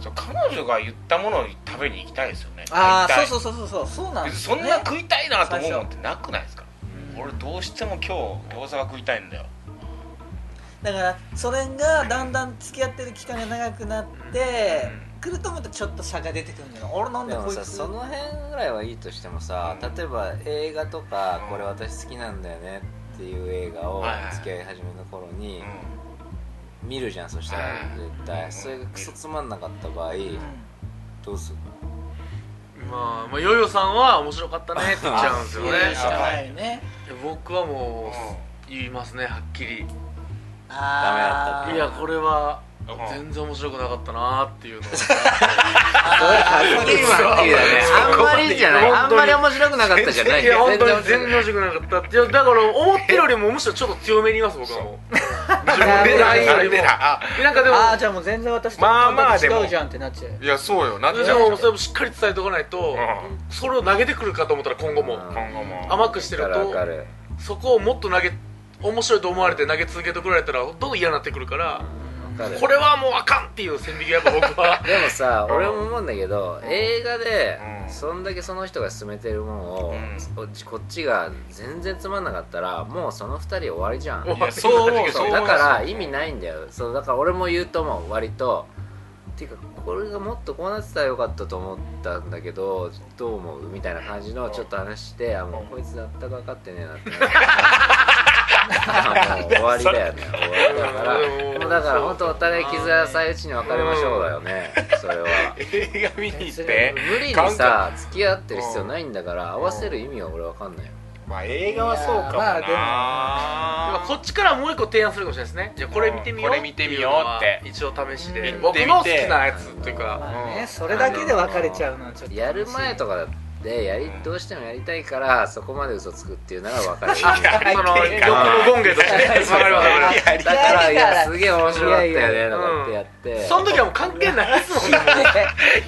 Speaker 1: そう彼女が言ったものを食べに行きたいですよね
Speaker 3: ああ
Speaker 1: 大体
Speaker 3: そうそうそうそうそうそうなん
Speaker 1: 別
Speaker 3: で
Speaker 1: にそ
Speaker 3: すよ
Speaker 1: ん
Speaker 3: ね
Speaker 1: な食いたいなと思うもん
Speaker 3: 最
Speaker 1: ってなくないですか
Speaker 3: うん
Speaker 1: 俺どうしても今日餃子が食いたいんだよ
Speaker 3: だからそれがだんだん付き合ってる期間が長くなって、来るとまたちょっと差が出てくるんじゃない俺なんで
Speaker 4: でも
Speaker 3: こい
Speaker 4: さ
Speaker 3: つ
Speaker 4: その辺ぐらいはいいとしてもさ、
Speaker 1: うん
Speaker 4: 例えば映画とか
Speaker 1: うん
Speaker 4: これ私好きなんだよねっていう映画を
Speaker 1: はいはい
Speaker 4: 付き合い始めの頃
Speaker 1: う
Speaker 4: に
Speaker 1: ん
Speaker 4: 見るじゃんそした
Speaker 1: う
Speaker 4: ら
Speaker 1: ん
Speaker 4: 絶
Speaker 1: うん
Speaker 4: 対それがクソつまんなかった場合
Speaker 3: うん
Speaker 4: どうする
Speaker 2: まあ、まあ、ヨーヨーさんは面白かったねって言っちゃうん ですよね
Speaker 3: 言うしかないね
Speaker 2: 僕はも
Speaker 1: う
Speaker 2: う言いますねはっきり
Speaker 3: あー
Speaker 2: いやこれは
Speaker 1: うん
Speaker 2: 全然面白くなかったなって いうのを
Speaker 3: あー
Speaker 1: はっきりだね
Speaker 4: あんまりじゃないあんまり面白くなかったじゃない
Speaker 2: いや本当に
Speaker 4: 全
Speaker 2: 全
Speaker 4: 然
Speaker 2: 然面白くなかったっていやだから思ってるよりもむしろちょっと強めに言います僕はもう
Speaker 1: ダメだダメだあ
Speaker 2: なんかでも
Speaker 3: あーじゃあもう全然私と
Speaker 1: まあまあでも
Speaker 3: 違うじゃんってなっちゃう
Speaker 1: いやそうよなっち
Speaker 2: で
Speaker 1: ゃう
Speaker 2: もそれもしっかり伝えておかないと、
Speaker 1: う
Speaker 2: それを投げてくるかと思ったら今後も、
Speaker 4: うん
Speaker 1: 今後も
Speaker 2: 甘くしてる
Speaker 4: わ
Speaker 2: と
Speaker 4: かる
Speaker 2: そこをもっと投げ面白いと思われて投げ続けてくられたらどんどん嫌になってくるから、
Speaker 4: わかる
Speaker 2: これはもうあかんっていう線引きがやっぱ僕は
Speaker 4: でもさ
Speaker 1: うん
Speaker 4: 俺も思うんだけど映画で
Speaker 1: うん
Speaker 4: そんだけその人が勧めてるもの
Speaker 1: う
Speaker 4: を
Speaker 1: ん
Speaker 4: こっちこっちが全然つまんなかったらもうその二人終わりじゃん
Speaker 2: 終わり
Speaker 1: い やそう思う
Speaker 4: そ
Speaker 1: そうう
Speaker 4: だから
Speaker 1: 思う
Speaker 4: 意味ないんだよそうだから俺も言うと思う割とっていうかこれがもっとこうなってたらよかったと思ったんだけどどう思うみたいな感じのちょっと話してあもうこいつ全く分かってねえなってなってもう終わりだよね終わりだから
Speaker 2: うん
Speaker 4: でもだから本当お互い傷やさいうちに別れましょうだよねそれは
Speaker 1: 映画見に行
Speaker 4: そ
Speaker 1: っ
Speaker 4: れ
Speaker 1: て
Speaker 4: 無理にさ付き合ってる必要ないんだから合わせる意味は俺分かんないよ
Speaker 1: まあ映画はそうかもな、
Speaker 3: まあでも
Speaker 2: まあこっちからもう一個提案するかもしれないですねじゃあこれ見てみよう
Speaker 1: これ見てみようって
Speaker 2: っていうのは一応試しで
Speaker 3: うん
Speaker 2: 僕の好きなやつっていう
Speaker 3: ま
Speaker 2: か
Speaker 1: う
Speaker 3: あ
Speaker 1: ん
Speaker 3: ねそれだけで別れちゃうのはちょっと
Speaker 4: や る前とかでやりどうしてもやりたいからそこまで嘘つくっていうなら分かる
Speaker 2: その
Speaker 1: はい
Speaker 2: 欲の権限としてわかりますわかりま
Speaker 1: やり
Speaker 4: だからいやすげえ面白かったよねとかってやっ
Speaker 2: す
Speaker 4: て
Speaker 2: その時はもう関係ないですもんね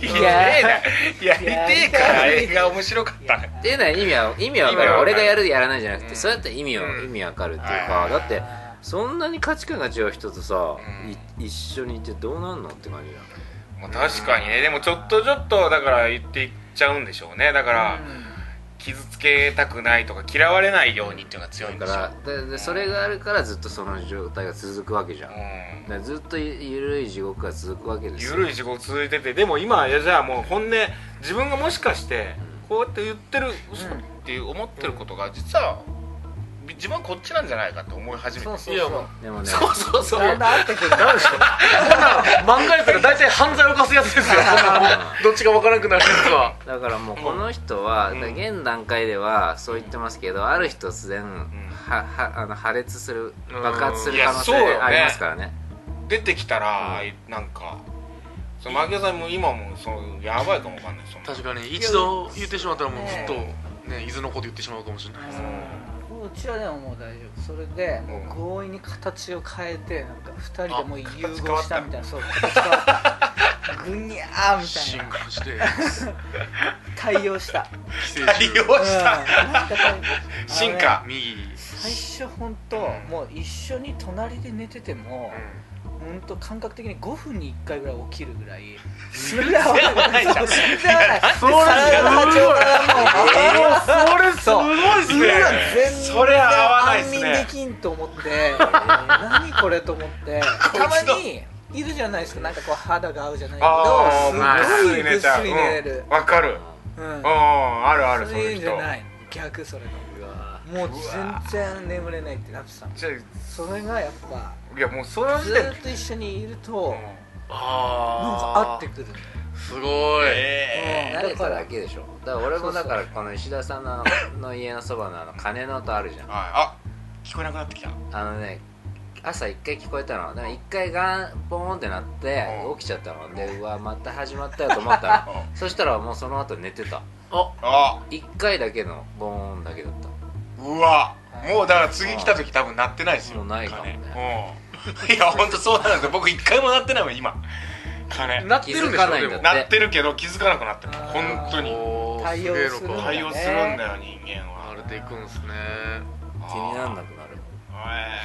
Speaker 1: いややりてえから映画面白かったね
Speaker 4: っていうのは意味は意味は分か
Speaker 1: 意味は分か
Speaker 4: る
Speaker 1: る
Speaker 4: 俺がやるやらないじゃなく
Speaker 1: う
Speaker 4: て
Speaker 1: ん
Speaker 4: そうやったら意味を
Speaker 2: うん
Speaker 4: 意味分かるっていう
Speaker 1: は
Speaker 4: か
Speaker 1: い
Speaker 4: だってそんなに価値観が違う人とさ
Speaker 1: うん
Speaker 4: い一緒にいてどうなんのって感じだよ
Speaker 1: もう確かにねでもちょっとちょっとだから言っていっちゃうんでしょうねだから、傷つけたくないとか嫌われないようにっていうのが強いんで
Speaker 4: だ
Speaker 1: すよ
Speaker 4: からででそれがあるからずっとその状態が続くわけじゃんだからずっとゆゆるい地獄が続くわけですよ
Speaker 1: ゆるい仕事続いててでも今いやじゃあもう本音自分がもしかしてこうやって言ってる嘘っていう思ってることが実は自分はこっちなんじゃないかって思い始めて
Speaker 3: そうそう
Speaker 2: いやも
Speaker 3: そう
Speaker 2: う
Speaker 4: でもね
Speaker 2: そうそうそう
Speaker 3: だんだん合ってくる
Speaker 2: なんでしょうそんな漫画やったら大体犯罪を犯すやつ ですよそんなもうどっちが分からなくなるやつは
Speaker 4: だからもうこの人は、
Speaker 1: うん
Speaker 4: だから現段階ではそう言ってますけど、ある日突然、ははあの破裂する
Speaker 2: うん
Speaker 4: 爆発する
Speaker 1: いや
Speaker 4: 可能性
Speaker 1: そうよね
Speaker 4: ありますからね
Speaker 1: 出てきたら、なんかそのマギオさんも今もそのやばいかもわかんないその
Speaker 2: 確かに一度言ってしまったらもうずっとね伊豆のこと言ってしまうかもしれないです
Speaker 3: うちはでももう大丈夫それでも
Speaker 1: うん
Speaker 3: う強引に形を変えてなんか2人でもう融
Speaker 1: 形変わ
Speaker 3: 合
Speaker 1: っ
Speaker 3: したたみたいなそう形変わったぐにゃーみたい
Speaker 2: 進
Speaker 3: な
Speaker 2: 化して
Speaker 3: 対 応した
Speaker 2: 寄生
Speaker 1: 対
Speaker 2: 虫
Speaker 1: 応した、
Speaker 3: うんなんか対応
Speaker 1: 進化
Speaker 2: 右
Speaker 3: 最初本当もう一緒に隣で寝てても、
Speaker 2: う
Speaker 3: 本当感覚的に5分に1回ぐらい起きるぐらいそ
Speaker 1: 全
Speaker 3: れぐ
Speaker 1: 然
Speaker 3: らい
Speaker 1: 合わないじゃん
Speaker 3: そうそれぐらい
Speaker 2: それ
Speaker 3: 体が
Speaker 2: すごいそ
Speaker 3: もう
Speaker 2: れすごいっすね
Speaker 1: それ合わないっすね
Speaker 3: 安眠できんと思って何これと思って
Speaker 1: こい
Speaker 3: たま
Speaker 1: つの
Speaker 3: にいるじゃないですかなんかこう肌が合うじゃない
Speaker 1: ああ
Speaker 3: けどす
Speaker 1: ぐ
Speaker 3: ごい
Speaker 1: っすり
Speaker 3: ぐ
Speaker 1: 寝
Speaker 3: っ
Speaker 1: ちゃ
Speaker 3: す
Speaker 1: う
Speaker 3: り
Speaker 1: うん
Speaker 3: 寝れる
Speaker 1: わかる
Speaker 3: うん
Speaker 1: うんあるある
Speaker 3: そ
Speaker 1: そう
Speaker 3: れ
Speaker 1: い
Speaker 3: いううん
Speaker 1: 人
Speaker 3: じゃない逆それのもう全然眠れないってなってたの
Speaker 1: じゃ
Speaker 3: それがやっぱ
Speaker 1: あいやもうその時
Speaker 3: ず
Speaker 1: 点
Speaker 3: ーっと一緒にいるとなんか合
Speaker 2: あ
Speaker 3: って
Speaker 2: ー
Speaker 3: くるんだよ
Speaker 2: すごい
Speaker 1: え
Speaker 4: 慣れただけでしょだから俺もだからこの石田さんのの家のそばのあの鐘の音あるじゃん
Speaker 1: あ聞こえなくなってきた
Speaker 4: あのね朝一回聞こえたのでも一回ガンポーンってなって
Speaker 1: うん
Speaker 4: 起きちゃったのでうわまた始まったよと思っ た
Speaker 1: う
Speaker 4: のそしたらもうその後寝てた
Speaker 2: あ
Speaker 1: あ
Speaker 4: 一回だけのボーンだけだった
Speaker 1: うわもうだから次来た時多分鳴ってないですよ
Speaker 4: もうないかもね
Speaker 1: 鐘うんいや 本当そうなんですよ僕一回も鳴ってないもん今金
Speaker 2: なってるんでし
Speaker 4: 気づかない
Speaker 2: ょ
Speaker 4: ん
Speaker 2: で
Speaker 4: だ
Speaker 2: も
Speaker 1: 鳴ってるけど気づかなくなってる
Speaker 3: あー
Speaker 1: 本当に
Speaker 2: おー
Speaker 3: 対応
Speaker 2: げえの
Speaker 3: するんだ
Speaker 2: か
Speaker 1: 対応するんだよ人間
Speaker 2: あ
Speaker 1: は
Speaker 2: れでいくんすね
Speaker 4: 気になんなくなる
Speaker 1: あーえ
Speaker 3: なるほど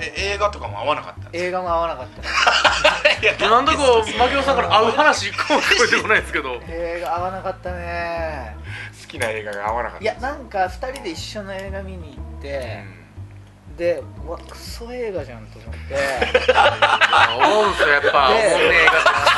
Speaker 1: え映画とかも合わなかったんです
Speaker 3: 映画も合わなかった ね
Speaker 2: なんだこう槙尾さんから会う話一個も聞こえてこないですけど
Speaker 3: 映画合わなかったね
Speaker 1: 好きな映画が合わなかった
Speaker 3: いやなんか2人で一緒の映画見に行っ
Speaker 1: う
Speaker 3: て、
Speaker 1: ん
Speaker 3: でうわクソ映画じゃんと思って
Speaker 2: 思うんすよやっぱ
Speaker 3: ねえ
Speaker 2: おもんねえ映画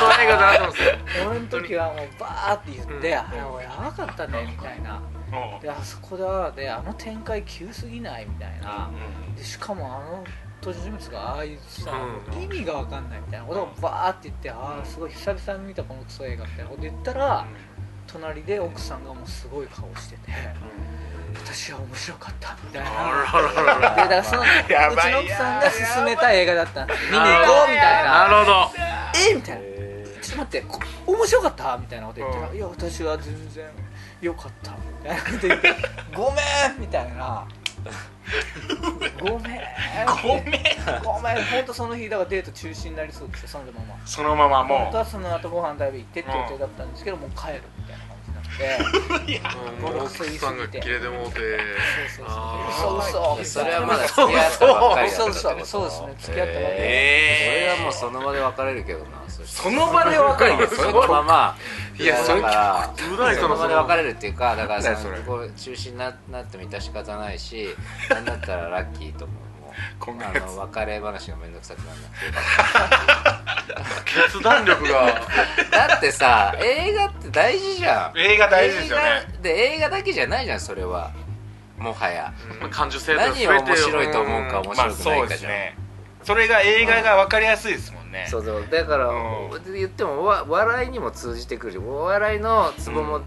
Speaker 2: クソ映画だなと思うんすよ
Speaker 3: 俺の時はもうバーって言って「
Speaker 2: うん
Speaker 3: あれ俺やばかったね」みたいな
Speaker 1: うん
Speaker 3: であそこだであの展開急すぎないみたいな
Speaker 1: うん
Speaker 3: でしかもあの登場人物がああいうさ、
Speaker 2: うん
Speaker 3: 意味がわかんないみたいなことをバーって言って「ああすごい久々に見たこのクソ映画」みたいなこと言ったら、隣で奥さんがもうすごい顔してて「私は面白かった」みたいな。
Speaker 2: あらららら
Speaker 3: でだからそのうち
Speaker 1: や
Speaker 3: の
Speaker 1: ばい
Speaker 3: 奥さんが勧めた映画だったんです見に行こうみたい
Speaker 2: な
Speaker 3: な
Speaker 2: るほど
Speaker 3: えみたいなちょっと待ってこ面白かったみたいなこと言って、
Speaker 1: うん
Speaker 3: いや私は全然良かったみたいなこと言ってごめんみたいなごめ
Speaker 1: ご
Speaker 3: んごめ
Speaker 1: めん
Speaker 3: ごめん本当その日だからデート中止になりそうですよそのまま
Speaker 1: そのまま
Speaker 3: 本
Speaker 1: も
Speaker 3: 当
Speaker 1: う
Speaker 3: はその後ご飯食べ行ってって予定だったんですけど、もう帰るみたいな感じになって
Speaker 2: もう奥さんが切れてもうて
Speaker 3: そう
Speaker 2: あ
Speaker 3: そうそう嘘嘘
Speaker 4: いや
Speaker 3: みたいな
Speaker 4: それはまだ付き合ったばっかりだ
Speaker 3: そう
Speaker 4: ったってこと
Speaker 3: そうそうですね付き合ったばっかり
Speaker 1: え
Speaker 4: 俺はもうその場で別れるけどなそ
Speaker 1: その場で分かる
Speaker 4: そのまま
Speaker 2: いやそれ
Speaker 4: だから
Speaker 2: うない
Speaker 4: そ
Speaker 2: そ
Speaker 4: の
Speaker 2: の
Speaker 4: 場で別れるっていうかだか
Speaker 1: な
Speaker 4: ら
Speaker 1: んだよ
Speaker 4: その
Speaker 1: それ
Speaker 4: こう中止にななっても致し方ないしなんだったらラッキーと思うも
Speaker 1: こん
Speaker 4: う
Speaker 1: な
Speaker 4: あ
Speaker 1: やつ
Speaker 4: の別れ話がめんどくさくなるなくてよかっ
Speaker 2: 決断力が
Speaker 4: ただってさ映画って大事じゃん
Speaker 1: 映画大事ですよね
Speaker 4: 映画で映画だけじゃないじゃんそれはもはや
Speaker 2: まあ感受性と
Speaker 4: 何を面白いと思うか面
Speaker 1: まあ
Speaker 4: 白くな
Speaker 1: そ
Speaker 4: いう
Speaker 1: で
Speaker 4: か
Speaker 1: す
Speaker 4: じゃん、
Speaker 1: ねそれが映画が分かりやすいですもんね
Speaker 4: そうそうだから、
Speaker 1: う
Speaker 4: 言ってもわ笑いにも通じてくるお笑いのツボも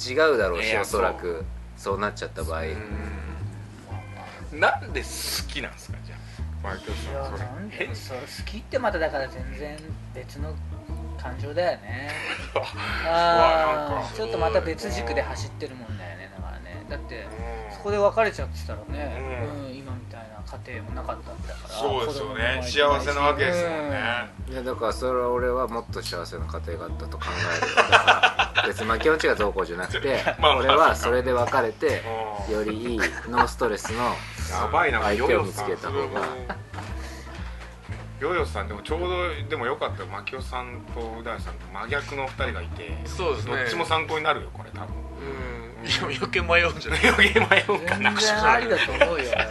Speaker 4: 違うだろ
Speaker 1: う
Speaker 4: う
Speaker 1: んい
Speaker 4: し、
Speaker 1: や
Speaker 4: おそらくそうなっちゃった場合、
Speaker 1: なんで好きなんですかじゃあマイケル
Speaker 3: いや
Speaker 1: さんそれ
Speaker 3: なんでもそう好きってまただから全然別の感情だ よね
Speaker 1: うわなん
Speaker 3: あ
Speaker 1: か
Speaker 3: あ
Speaker 1: す
Speaker 3: ち
Speaker 1: ご
Speaker 3: ょ
Speaker 1: い
Speaker 3: っとまた別軸で走ってるもんだよねだからねだって
Speaker 1: うん
Speaker 3: そこで別れちゃってたらね、
Speaker 1: う
Speaker 3: うん今みたいな家庭もなかったんだから
Speaker 1: そうですよね
Speaker 3: 子供も生まれていし
Speaker 1: 幸せなわけですもんね
Speaker 4: いやだからそれは俺はもっと幸せな家庭があったと考えるよだ から別に巻き落ちがどうこうじゃなくて
Speaker 1: まあまあ
Speaker 4: 俺はそれで別れて
Speaker 1: うん
Speaker 4: よりいいノーストレスの
Speaker 1: やばいな
Speaker 4: 相
Speaker 1: ヨ
Speaker 4: 手を
Speaker 1: ヨ
Speaker 4: 見つ
Speaker 1: さん
Speaker 4: けた方が
Speaker 1: ヨヨさんでもちょうどでもよかったよマキオさんとうだいさんと真逆の二人がいて
Speaker 2: そうですね
Speaker 1: どっちも参考になるよこれ多分
Speaker 2: うんいや余計迷うんじゃない
Speaker 1: 余計迷うか
Speaker 3: うん
Speaker 1: な
Speaker 3: 全然ありだと思うよ俺は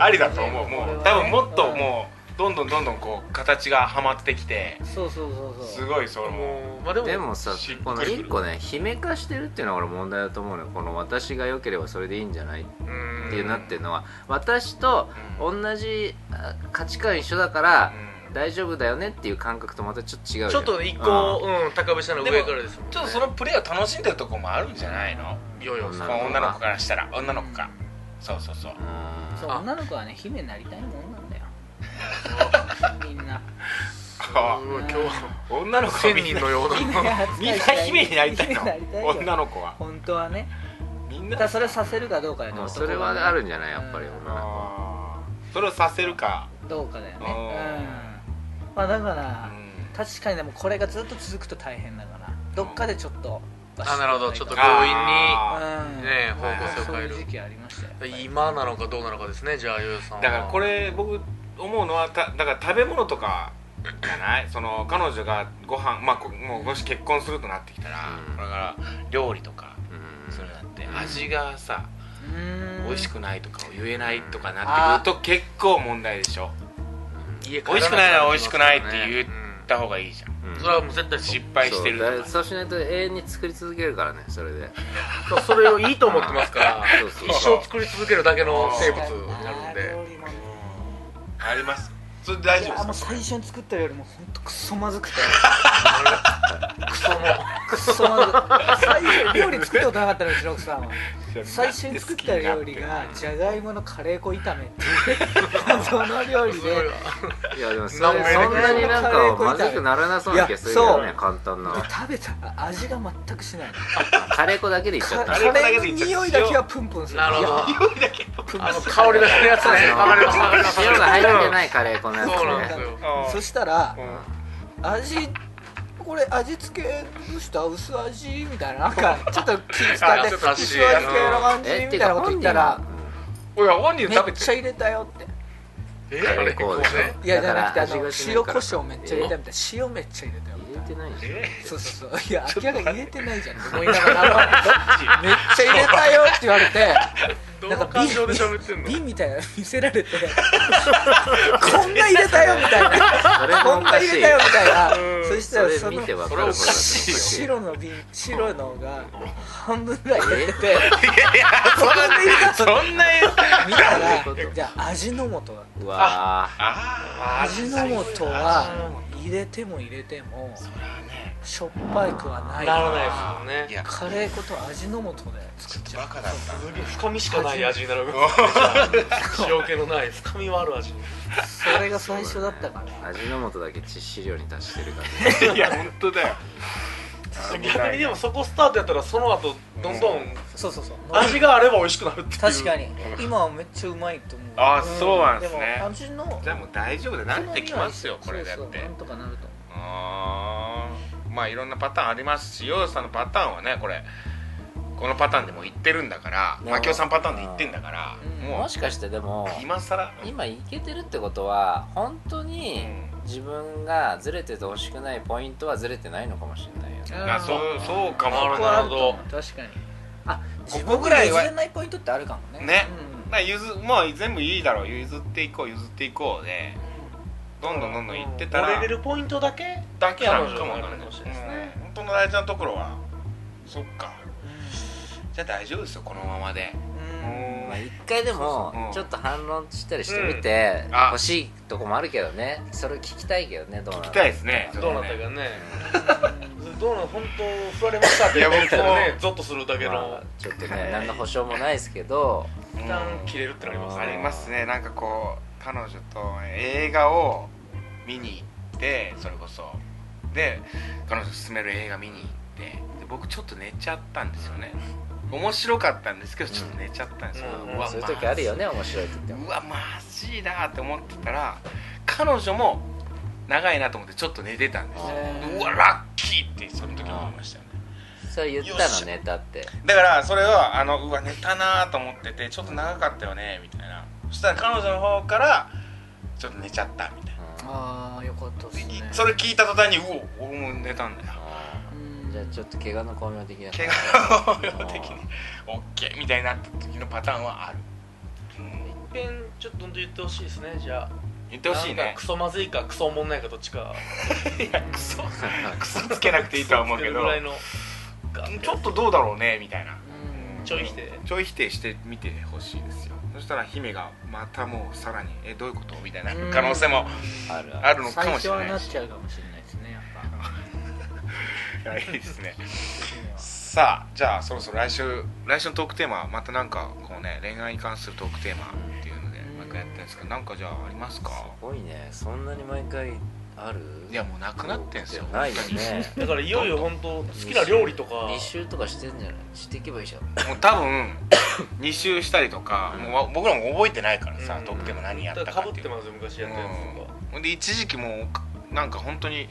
Speaker 1: ありだと思うもう
Speaker 3: 俺
Speaker 1: 多
Speaker 3: は
Speaker 1: 分
Speaker 3: ね
Speaker 1: もっともうどんどんどんどんこう形がはまってきて
Speaker 3: うんそうそうそうそう
Speaker 1: すごいその
Speaker 2: もうまあでも
Speaker 4: でもさ
Speaker 1: しっ
Speaker 4: こ
Speaker 1: く
Speaker 4: の
Speaker 1: り
Speaker 4: 一個ね姫化してるっていうのが俺問題だと思うのよこの私が良ければそれでいいんじゃないっ
Speaker 2: うん
Speaker 4: ていうなってるのは私と
Speaker 1: うん
Speaker 4: 同じあ価値観一緒だから
Speaker 1: うん
Speaker 4: 大丈夫だよねっていう感覚とまたちょっと違うじゃん
Speaker 2: ちょっとね一個うん高めしたの上からですもんね
Speaker 1: ちょっとそのプレーを楽しんでるとこもあるんじゃないの
Speaker 2: ヨヨさん
Speaker 1: まあ女の子からしたら女の子かそうそうそう
Speaker 4: うん
Speaker 3: そう
Speaker 2: あ
Speaker 3: 女の子はね姫になりたいもんなんだよ みんな
Speaker 1: あ
Speaker 2: うわ今日は
Speaker 1: 女の子は
Speaker 2: 千
Speaker 1: みん
Speaker 2: 人
Speaker 1: な
Speaker 2: のような
Speaker 3: みんな
Speaker 1: みんな姫になりたいの女
Speaker 3: の
Speaker 1: の子は
Speaker 3: 本当はね
Speaker 1: みんな
Speaker 3: ただそれをさせるかどうかだよね
Speaker 4: うんそ
Speaker 3: 男
Speaker 4: れ
Speaker 3: が
Speaker 4: は
Speaker 3: ね
Speaker 4: あるんじゃないやっぱり
Speaker 3: うん
Speaker 4: 女の子
Speaker 1: あーそれをさせるか
Speaker 3: どうかだよね
Speaker 1: あ
Speaker 3: うんまあだか
Speaker 1: う
Speaker 3: ら
Speaker 1: ん
Speaker 3: 確かにでもこれがずっと続くと大変だからどっかでちょっと
Speaker 2: あなるほどちょっと強
Speaker 1: あ
Speaker 2: 引
Speaker 3: うん
Speaker 2: にね方
Speaker 1: 向性を変える
Speaker 2: 向性を
Speaker 3: そう
Speaker 2: 変え
Speaker 3: いう
Speaker 2: る
Speaker 3: 時期ありましたよ
Speaker 2: 今なのかどうなのかですねじゃあヨヨさんは
Speaker 1: だからこれ僕思うのはただから食べ物とかじゃないその彼女がご飯まあこもうもし結婚するとなってきたら、
Speaker 4: うん
Speaker 1: だから料理とか
Speaker 4: うん
Speaker 1: それだって
Speaker 4: うん
Speaker 1: 味がさ、美味しくないとかを言えないとかな
Speaker 3: あ
Speaker 1: っ
Speaker 3: ー
Speaker 1: てくると結構問題でしょ
Speaker 2: 家帰
Speaker 1: 美味しくないなら美味しくないって
Speaker 2: う
Speaker 1: 言った方がいいじゃん
Speaker 4: うん
Speaker 2: それはもう絶対失
Speaker 1: 失敗してるとか
Speaker 4: そうだそうしないと永遠に作り続けるからねそれで
Speaker 2: 敗それをいいと思ってますから
Speaker 4: そうそう
Speaker 2: 一生作り続けるだけの生物になるんで
Speaker 1: ありますそれ大
Speaker 3: い
Speaker 1: 丈
Speaker 3: や
Speaker 1: 夫
Speaker 3: も
Speaker 1: で
Speaker 3: う
Speaker 1: す
Speaker 3: 最初に作ったよりも本当クソまずくて
Speaker 2: クソも
Speaker 3: クソまずく最初料理作ったことなかったのうちの奥さんは最初に作った料理がじゃがいものカレー粉炒めっていうその料理で
Speaker 4: いやでもそれ
Speaker 2: なんも
Speaker 4: そ
Speaker 2: 入れて
Speaker 4: んな
Speaker 2: くれ
Speaker 4: になんかまずくならなそうな気がするけど
Speaker 3: いや
Speaker 4: ね
Speaker 3: そ
Speaker 4: 簡単な
Speaker 3: 食べたら味が全くしない
Speaker 4: カレー粉だけでいっちゃ
Speaker 3: カ
Speaker 4: った
Speaker 1: あ
Speaker 4: ね
Speaker 1: れ
Speaker 3: レーの匂いだけはプンプンする
Speaker 2: なるほど
Speaker 3: いやプンプン
Speaker 2: あの
Speaker 3: する
Speaker 2: 香りだけのやつね
Speaker 4: あの
Speaker 2: わかりますわかります
Speaker 4: 塩が入ってないカレー粉のやつ
Speaker 2: そうなんで
Speaker 4: ね
Speaker 2: すよ
Speaker 1: あー
Speaker 3: そしたら
Speaker 1: うん
Speaker 3: 味これ味付けどうした薄味みたいななんかちょっと気使って
Speaker 2: あちょっと
Speaker 3: 薄味系の感じ
Speaker 4: え
Speaker 3: み
Speaker 4: っていう
Speaker 3: たい
Speaker 4: か
Speaker 3: なこと
Speaker 4: 本
Speaker 3: 言っ
Speaker 4: 人
Speaker 3: たら
Speaker 4: は
Speaker 1: おや本人
Speaker 3: め
Speaker 1: 食べ
Speaker 3: ってちゃ入れたよって
Speaker 2: え
Speaker 4: カレー粉をね
Speaker 3: いやじ
Speaker 4: だ
Speaker 3: ゃ
Speaker 4: から
Speaker 3: なくてあの
Speaker 4: 味が
Speaker 3: 塩コ
Speaker 4: しないから
Speaker 3: ショウめっちゃ入れたみたい塩めっちゃ入れたよ
Speaker 4: うん入れてないでしょ
Speaker 3: そうそうそういや明らかに入れてないじゃんって思いながらめっちゃ入れたよって言われて
Speaker 2: ど
Speaker 3: なん
Speaker 2: の
Speaker 3: か
Speaker 2: 感情で喋ってんの
Speaker 3: 瓶みたいなの見せられてこんな入れたよみたいな
Speaker 4: それも
Speaker 3: こ
Speaker 4: お
Speaker 3: んな
Speaker 4: か
Speaker 3: 入
Speaker 4: し
Speaker 3: れ
Speaker 4: い
Speaker 3: たよみたいなそしたら
Speaker 4: そ
Speaker 3: そ
Speaker 4: れ
Speaker 3: の
Speaker 4: 見てわか
Speaker 2: そ
Speaker 4: る
Speaker 2: れはお
Speaker 4: こ
Speaker 2: か
Speaker 4: とだ
Speaker 2: しいよ
Speaker 3: 白の瓶白のが半分ぐらい入れてて
Speaker 1: そんなそんな
Speaker 3: 見たら
Speaker 4: そういうこと
Speaker 3: じゃあ味の素だ
Speaker 4: うわー
Speaker 1: あー
Speaker 3: 味の素は入れても入れてもしょっぱいくはない
Speaker 2: ならないです
Speaker 1: い
Speaker 2: よね
Speaker 1: や
Speaker 3: カレー粉と味の素で作っちゃう
Speaker 1: バカだった
Speaker 2: 深みしかない味になる 塩気のない深みはある味
Speaker 3: それが最初だったから
Speaker 4: 味の素だけ致死量に達してるからね
Speaker 1: い や本当だよ
Speaker 2: 逆にでもそこスタートやったらその後どんどん
Speaker 3: そうそうそう
Speaker 2: 味があれば美味しくなるっていう
Speaker 3: 確かに今はめっちゃうまいと思う
Speaker 1: あそうなんですね
Speaker 3: でも味の
Speaker 1: じゃあもう大丈夫でなってきますよこれだって
Speaker 3: そうそうなんとかなると
Speaker 1: あーまあいろんなパターンありますしヨウさんのパターンはねこれこのパターンでもいってるんだから
Speaker 4: ほど
Speaker 1: マキオさんパターンでいってんだから
Speaker 3: うん
Speaker 1: も
Speaker 4: も
Speaker 1: う
Speaker 4: しかしてでも
Speaker 1: 今さら
Speaker 4: 今いけてるってことは本当
Speaker 1: う
Speaker 4: に
Speaker 1: ん
Speaker 4: 自分がずれててほしくないポイントはずれてないのかもしれないよね
Speaker 1: あそうそうかも
Speaker 2: なるほど
Speaker 3: なるほど確かにあ自
Speaker 1: ここ
Speaker 3: 分
Speaker 1: ぐら
Speaker 3: が
Speaker 1: いは
Speaker 3: 譲れないポイントってあるかもね
Speaker 1: ね
Speaker 3: うん
Speaker 1: まあ譲まあ全部いいだろう譲っていこう譲っていこうでどんどんどんどんいってたら
Speaker 2: 折れるポイントだけ
Speaker 1: だけなのかもわか
Speaker 2: 彼女
Speaker 1: んな
Speaker 2: の
Speaker 1: い
Speaker 2: 話
Speaker 1: で
Speaker 2: ですす
Speaker 1: ね
Speaker 2: ね、
Speaker 1: うん、本当の大事なところはそっかじゃあ大丈夫ですよこのままで
Speaker 3: うん
Speaker 4: まあ、一回で
Speaker 1: そうそうう
Speaker 4: も
Speaker 1: ん
Speaker 4: ちょっと反論したりしてみて
Speaker 1: うんあ
Speaker 4: 欲しいとこもあるけどねそれを聞きたいけどねどうなの
Speaker 1: 聞きたいですね
Speaker 2: どうなったかね
Speaker 3: うん
Speaker 2: どうなの本当振られましたって言われたら
Speaker 1: いや
Speaker 2: ね
Speaker 1: 僕
Speaker 2: ゾッとするだけ
Speaker 4: ま
Speaker 2: の
Speaker 4: あ、ちょっとね何の保証もないですけど
Speaker 1: うん
Speaker 2: 一旦切れるってなります
Speaker 1: あ
Speaker 2: ね
Speaker 1: りますねなんかこう彼女と映画を見に行ってそれこそで彼女勧める映画見に行ってで僕ちょっと寝ちゃったんですよね面白かったんですけどちょっと寝ちゃったんですよ、
Speaker 2: うん
Speaker 1: わ
Speaker 4: そういう時あるよね面白い時って
Speaker 1: うわマジだって思ってたら彼女も長いなと思ってちょっと寝てたんですよ
Speaker 3: へー
Speaker 1: うわラッキーってその時思いましたね
Speaker 4: それ言ったのネタって
Speaker 1: だからそれはあのうわ寝たなと思っててちょっと長かったよねみたいなそしたら彼女の方からちょっと寝ちゃったみたいな
Speaker 4: うん
Speaker 3: ああよかったですね
Speaker 1: それ聞いた途端にうお俺も寝たんだよ
Speaker 4: あ
Speaker 3: う
Speaker 4: ー
Speaker 3: ん
Speaker 4: じゃあちょっと怪我の巧妙的な
Speaker 1: 怪我の応用的にオッケーみたいになった時のパターンはある、うん
Speaker 2: 一遍ちょっと本当言ってほしいですねじゃあ
Speaker 1: 言ってほしい
Speaker 2: なん
Speaker 1: ね
Speaker 2: かクソまずいかクソおもんないかどっちか
Speaker 1: いやクソクソつけなくていいとは思うけど
Speaker 2: ぐらいのガン
Speaker 1: ちょっとどうだろうねみたいな
Speaker 3: うん
Speaker 2: ちょい否定
Speaker 1: ちょい否定してみてほしいですよそしたら姫がまたもうさらにえどういうことみたいな可能性も
Speaker 4: ある
Speaker 1: あ
Speaker 4: ある
Speaker 1: るのか
Speaker 3: 最
Speaker 1: もし
Speaker 3: 初
Speaker 1: れ
Speaker 3: は
Speaker 1: な
Speaker 3: ないっ
Speaker 1: し
Speaker 3: ちゃうかもしれないですねやっぱ
Speaker 1: いやいいですね
Speaker 3: 君は
Speaker 1: さあじゃあそろそろ来週来週のトークテーマまたなんかこうね恋愛に関するトークテーマっていうので
Speaker 3: うん
Speaker 1: 毎回やってるんですけどなんかじゃあありますか
Speaker 4: すごいねそんなに毎回ある
Speaker 1: いやもうなくなってんすよ
Speaker 4: ないよね
Speaker 2: だからいよいよ本当好きな料理とか
Speaker 4: 2週とかしてんじゃないしていけばいいじゃん
Speaker 1: もう多分 2周したりとか
Speaker 4: うん
Speaker 1: もうわ僕らも覚えてないからさ
Speaker 2: うん
Speaker 1: トークテーマ何やった
Speaker 2: だか
Speaker 1: か
Speaker 2: らか
Speaker 1: っ
Speaker 2: ぶって
Speaker 1: い
Speaker 2: て
Speaker 1: う
Speaker 2: ますよ昔やったやつとか
Speaker 1: うんほんで一時期もうなんか本当に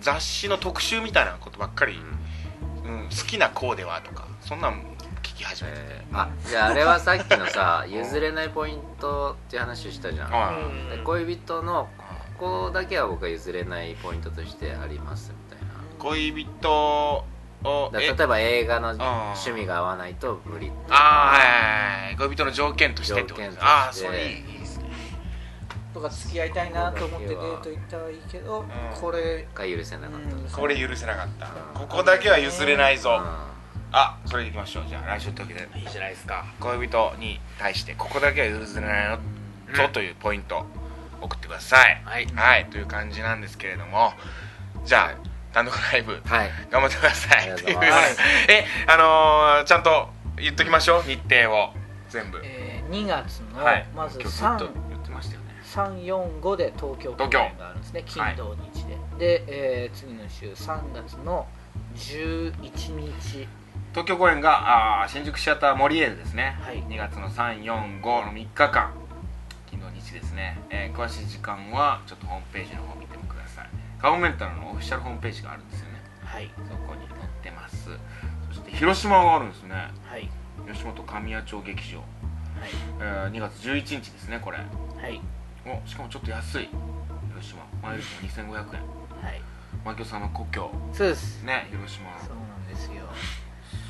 Speaker 1: 雑誌の特集みたいなことばっかり、うん好きな子ではとかそんなん聞き始めてて、
Speaker 4: あじゃああれはさっき のさ譲れないポイントっていう話をしたじゃん
Speaker 1: はい
Speaker 2: うん
Speaker 4: で恋人のここだけは僕は譲れないポイントとしてありますみたいな
Speaker 1: 恋人を
Speaker 4: だ
Speaker 1: え
Speaker 4: 例えば映画の
Speaker 1: あ
Speaker 4: 趣味が合わないと無理
Speaker 1: ああはいはいはい恋人の条件としてってこと
Speaker 4: 条件として
Speaker 1: ああそれいいいいですね
Speaker 3: とか付き合いたいなと思ってデート行ったはいいけど、
Speaker 1: ん
Speaker 3: これ、
Speaker 4: が許せなかった
Speaker 1: これ許せなかったここだけは譲れないぞ
Speaker 4: う
Speaker 1: あそれでいきましょうじゃあ来週の時で
Speaker 2: いいじゃないですか
Speaker 1: 恋人に対してここだけは譲れないの
Speaker 2: うん
Speaker 1: とというポイント送ってください
Speaker 2: はい
Speaker 1: はいという感じなんですけれどもじゃあ単独ライブ
Speaker 4: んはい
Speaker 1: 頑張ってください
Speaker 4: ありがと
Speaker 1: っていう
Speaker 4: うございます
Speaker 1: えあのーちゃんと言っときましょう日程を全部
Speaker 3: えー、2月の、
Speaker 1: はい
Speaker 3: まず
Speaker 1: 今日ず
Speaker 3: 3
Speaker 1: っと言ってましたよね
Speaker 3: 345で東京公演があるんですね金
Speaker 1: 東京
Speaker 3: 土日で、で、えー次の週3月の11日
Speaker 1: 東京公演があー新宿シアターモリエールですね、
Speaker 3: はい
Speaker 1: 2月の345の3日間金土日ですね、えー詳しい時間はちょっとホームページの方見てもくださいカゴメンタルのオフィシャルホームページがあるんですよね
Speaker 3: はい
Speaker 1: そこに載ってますそして広島があるんですね
Speaker 3: はい
Speaker 1: 吉本神谷町劇場、
Speaker 3: はい
Speaker 1: えー2月11日ですねこれ
Speaker 3: はい
Speaker 1: おしかもちょっと安い広島マイル券2500円
Speaker 3: はい
Speaker 1: マキオさんの故郷
Speaker 3: そうです
Speaker 1: ね広島
Speaker 3: そうなんですよ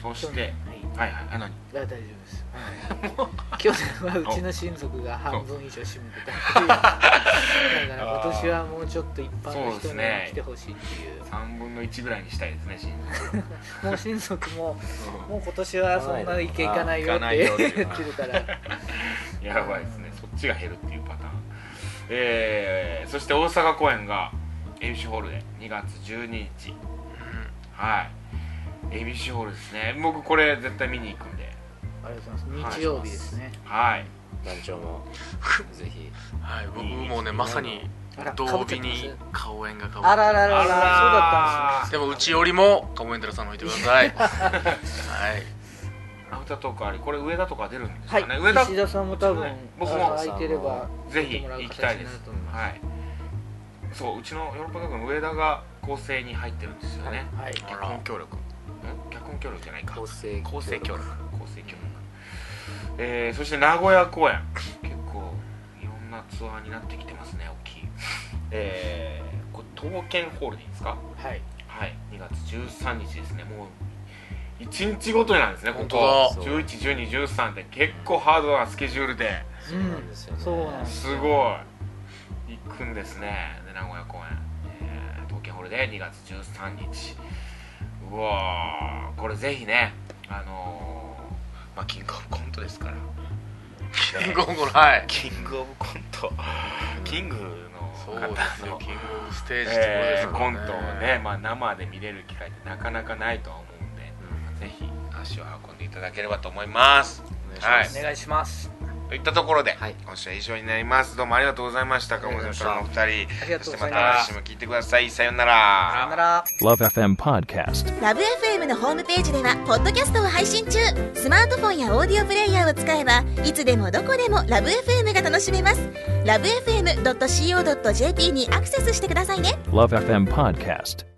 Speaker 1: そして
Speaker 3: はい
Speaker 1: はいはいあ何
Speaker 3: あ大丈夫です 去年はうちの親族が半分以上占めてたってい うだから今年はもうちょっと一般の人に来てほしいっていう
Speaker 1: 3分の1ぐらいにしたいですね新
Speaker 3: もう親族も
Speaker 1: 宿
Speaker 3: もう今年はそんな意見いかないよっ
Speaker 1: 行かないよって
Speaker 3: て
Speaker 1: いう
Speaker 3: 言ってるから
Speaker 1: やばいですねそっちが減るっていうパターンえー、そして大阪公演が恵比寿ホールで2月12日はい恵比寿ホールですね僕これ絶対見に行くんで
Speaker 3: ありがとうございます日曜日ですね
Speaker 1: はい
Speaker 4: 団長も ぜひ
Speaker 2: はい僕もねまさに
Speaker 3: あら
Speaker 2: 同日
Speaker 3: 被っちゃ
Speaker 2: に
Speaker 3: って
Speaker 2: 顔縁が顔
Speaker 3: あらららら
Speaker 1: あら
Speaker 3: ら
Speaker 1: ー
Speaker 2: でもうちよりもカモエンテルさんの置いてくだ さいはい
Speaker 1: アフタートークありこれ上田とか出るんです
Speaker 3: そうだ
Speaker 1: か
Speaker 3: っ
Speaker 1: ね、
Speaker 3: たん
Speaker 1: 上
Speaker 3: ですねは
Speaker 1: 田
Speaker 3: い石田さんも多分
Speaker 1: 僕も
Speaker 3: あの空いてれば
Speaker 1: ぜひ
Speaker 3: 出てもらう
Speaker 1: 行きた
Speaker 3: 形
Speaker 1: い
Speaker 3: に
Speaker 1: で
Speaker 3: なる
Speaker 1: す
Speaker 3: と思いま
Speaker 1: はいそううちのヨーロッパ学の上田が構成に入ってるんですよね
Speaker 3: すはい
Speaker 2: あ
Speaker 1: 脚
Speaker 2: ら
Speaker 1: 本協 力ん脚本協力じゃないか
Speaker 4: 構成
Speaker 1: 構成協力構成協力、えーそして名古屋公演結構いろんなツアーになってきてますね大きいえー、これ東建ホールでいいんですか
Speaker 3: はい
Speaker 1: はい2月13日ですねもう1日ごとになんですねこ
Speaker 2: 本当
Speaker 1: こ
Speaker 4: だ
Speaker 1: 111213って結構ハードなスケジュールで
Speaker 4: そうなんですよね
Speaker 3: そうなんです
Speaker 1: すごい行くんですねで名古屋公演、えー、東京ホールで2月13日うわーこれぜひねあのー、まあキングオブコントですから
Speaker 2: キングオブコントはい
Speaker 1: キングオブコントキングの
Speaker 2: そう
Speaker 1: 方
Speaker 2: ですよ
Speaker 1: の
Speaker 2: キングオブステージってことで
Speaker 1: え
Speaker 2: す
Speaker 1: ー
Speaker 2: も
Speaker 1: コ
Speaker 2: ん
Speaker 1: ン
Speaker 2: ね
Speaker 1: トをね、まあ、生で見れる機会ってなかなかないとは思うんで、ぜひ足を運んでいただければと思います
Speaker 4: お願いします
Speaker 3: お願いします
Speaker 1: といったところで、
Speaker 4: はい
Speaker 1: 今週は以上になりますどうもありがとうございました鴨
Speaker 4: あ
Speaker 1: 先
Speaker 4: りがと
Speaker 1: 生のお
Speaker 4: う
Speaker 1: 二人
Speaker 3: あ
Speaker 4: ご
Speaker 3: りがとう
Speaker 1: そして
Speaker 3: ござ
Speaker 1: また
Speaker 3: いま
Speaker 1: 来
Speaker 3: す
Speaker 1: 週も聞いてくださいさような
Speaker 3: さよ
Speaker 1: ら
Speaker 3: なら
Speaker 5: Love FM Podcast.
Speaker 6: ラブ f m のホームページではポッドキャストを配信中スマートフォンやオーディオプレイヤーを使えばいつでもどこでもラブ f m が楽しめますラブ FM.co.jp にアクセスしてくださいね
Speaker 5: Love FM Podcast.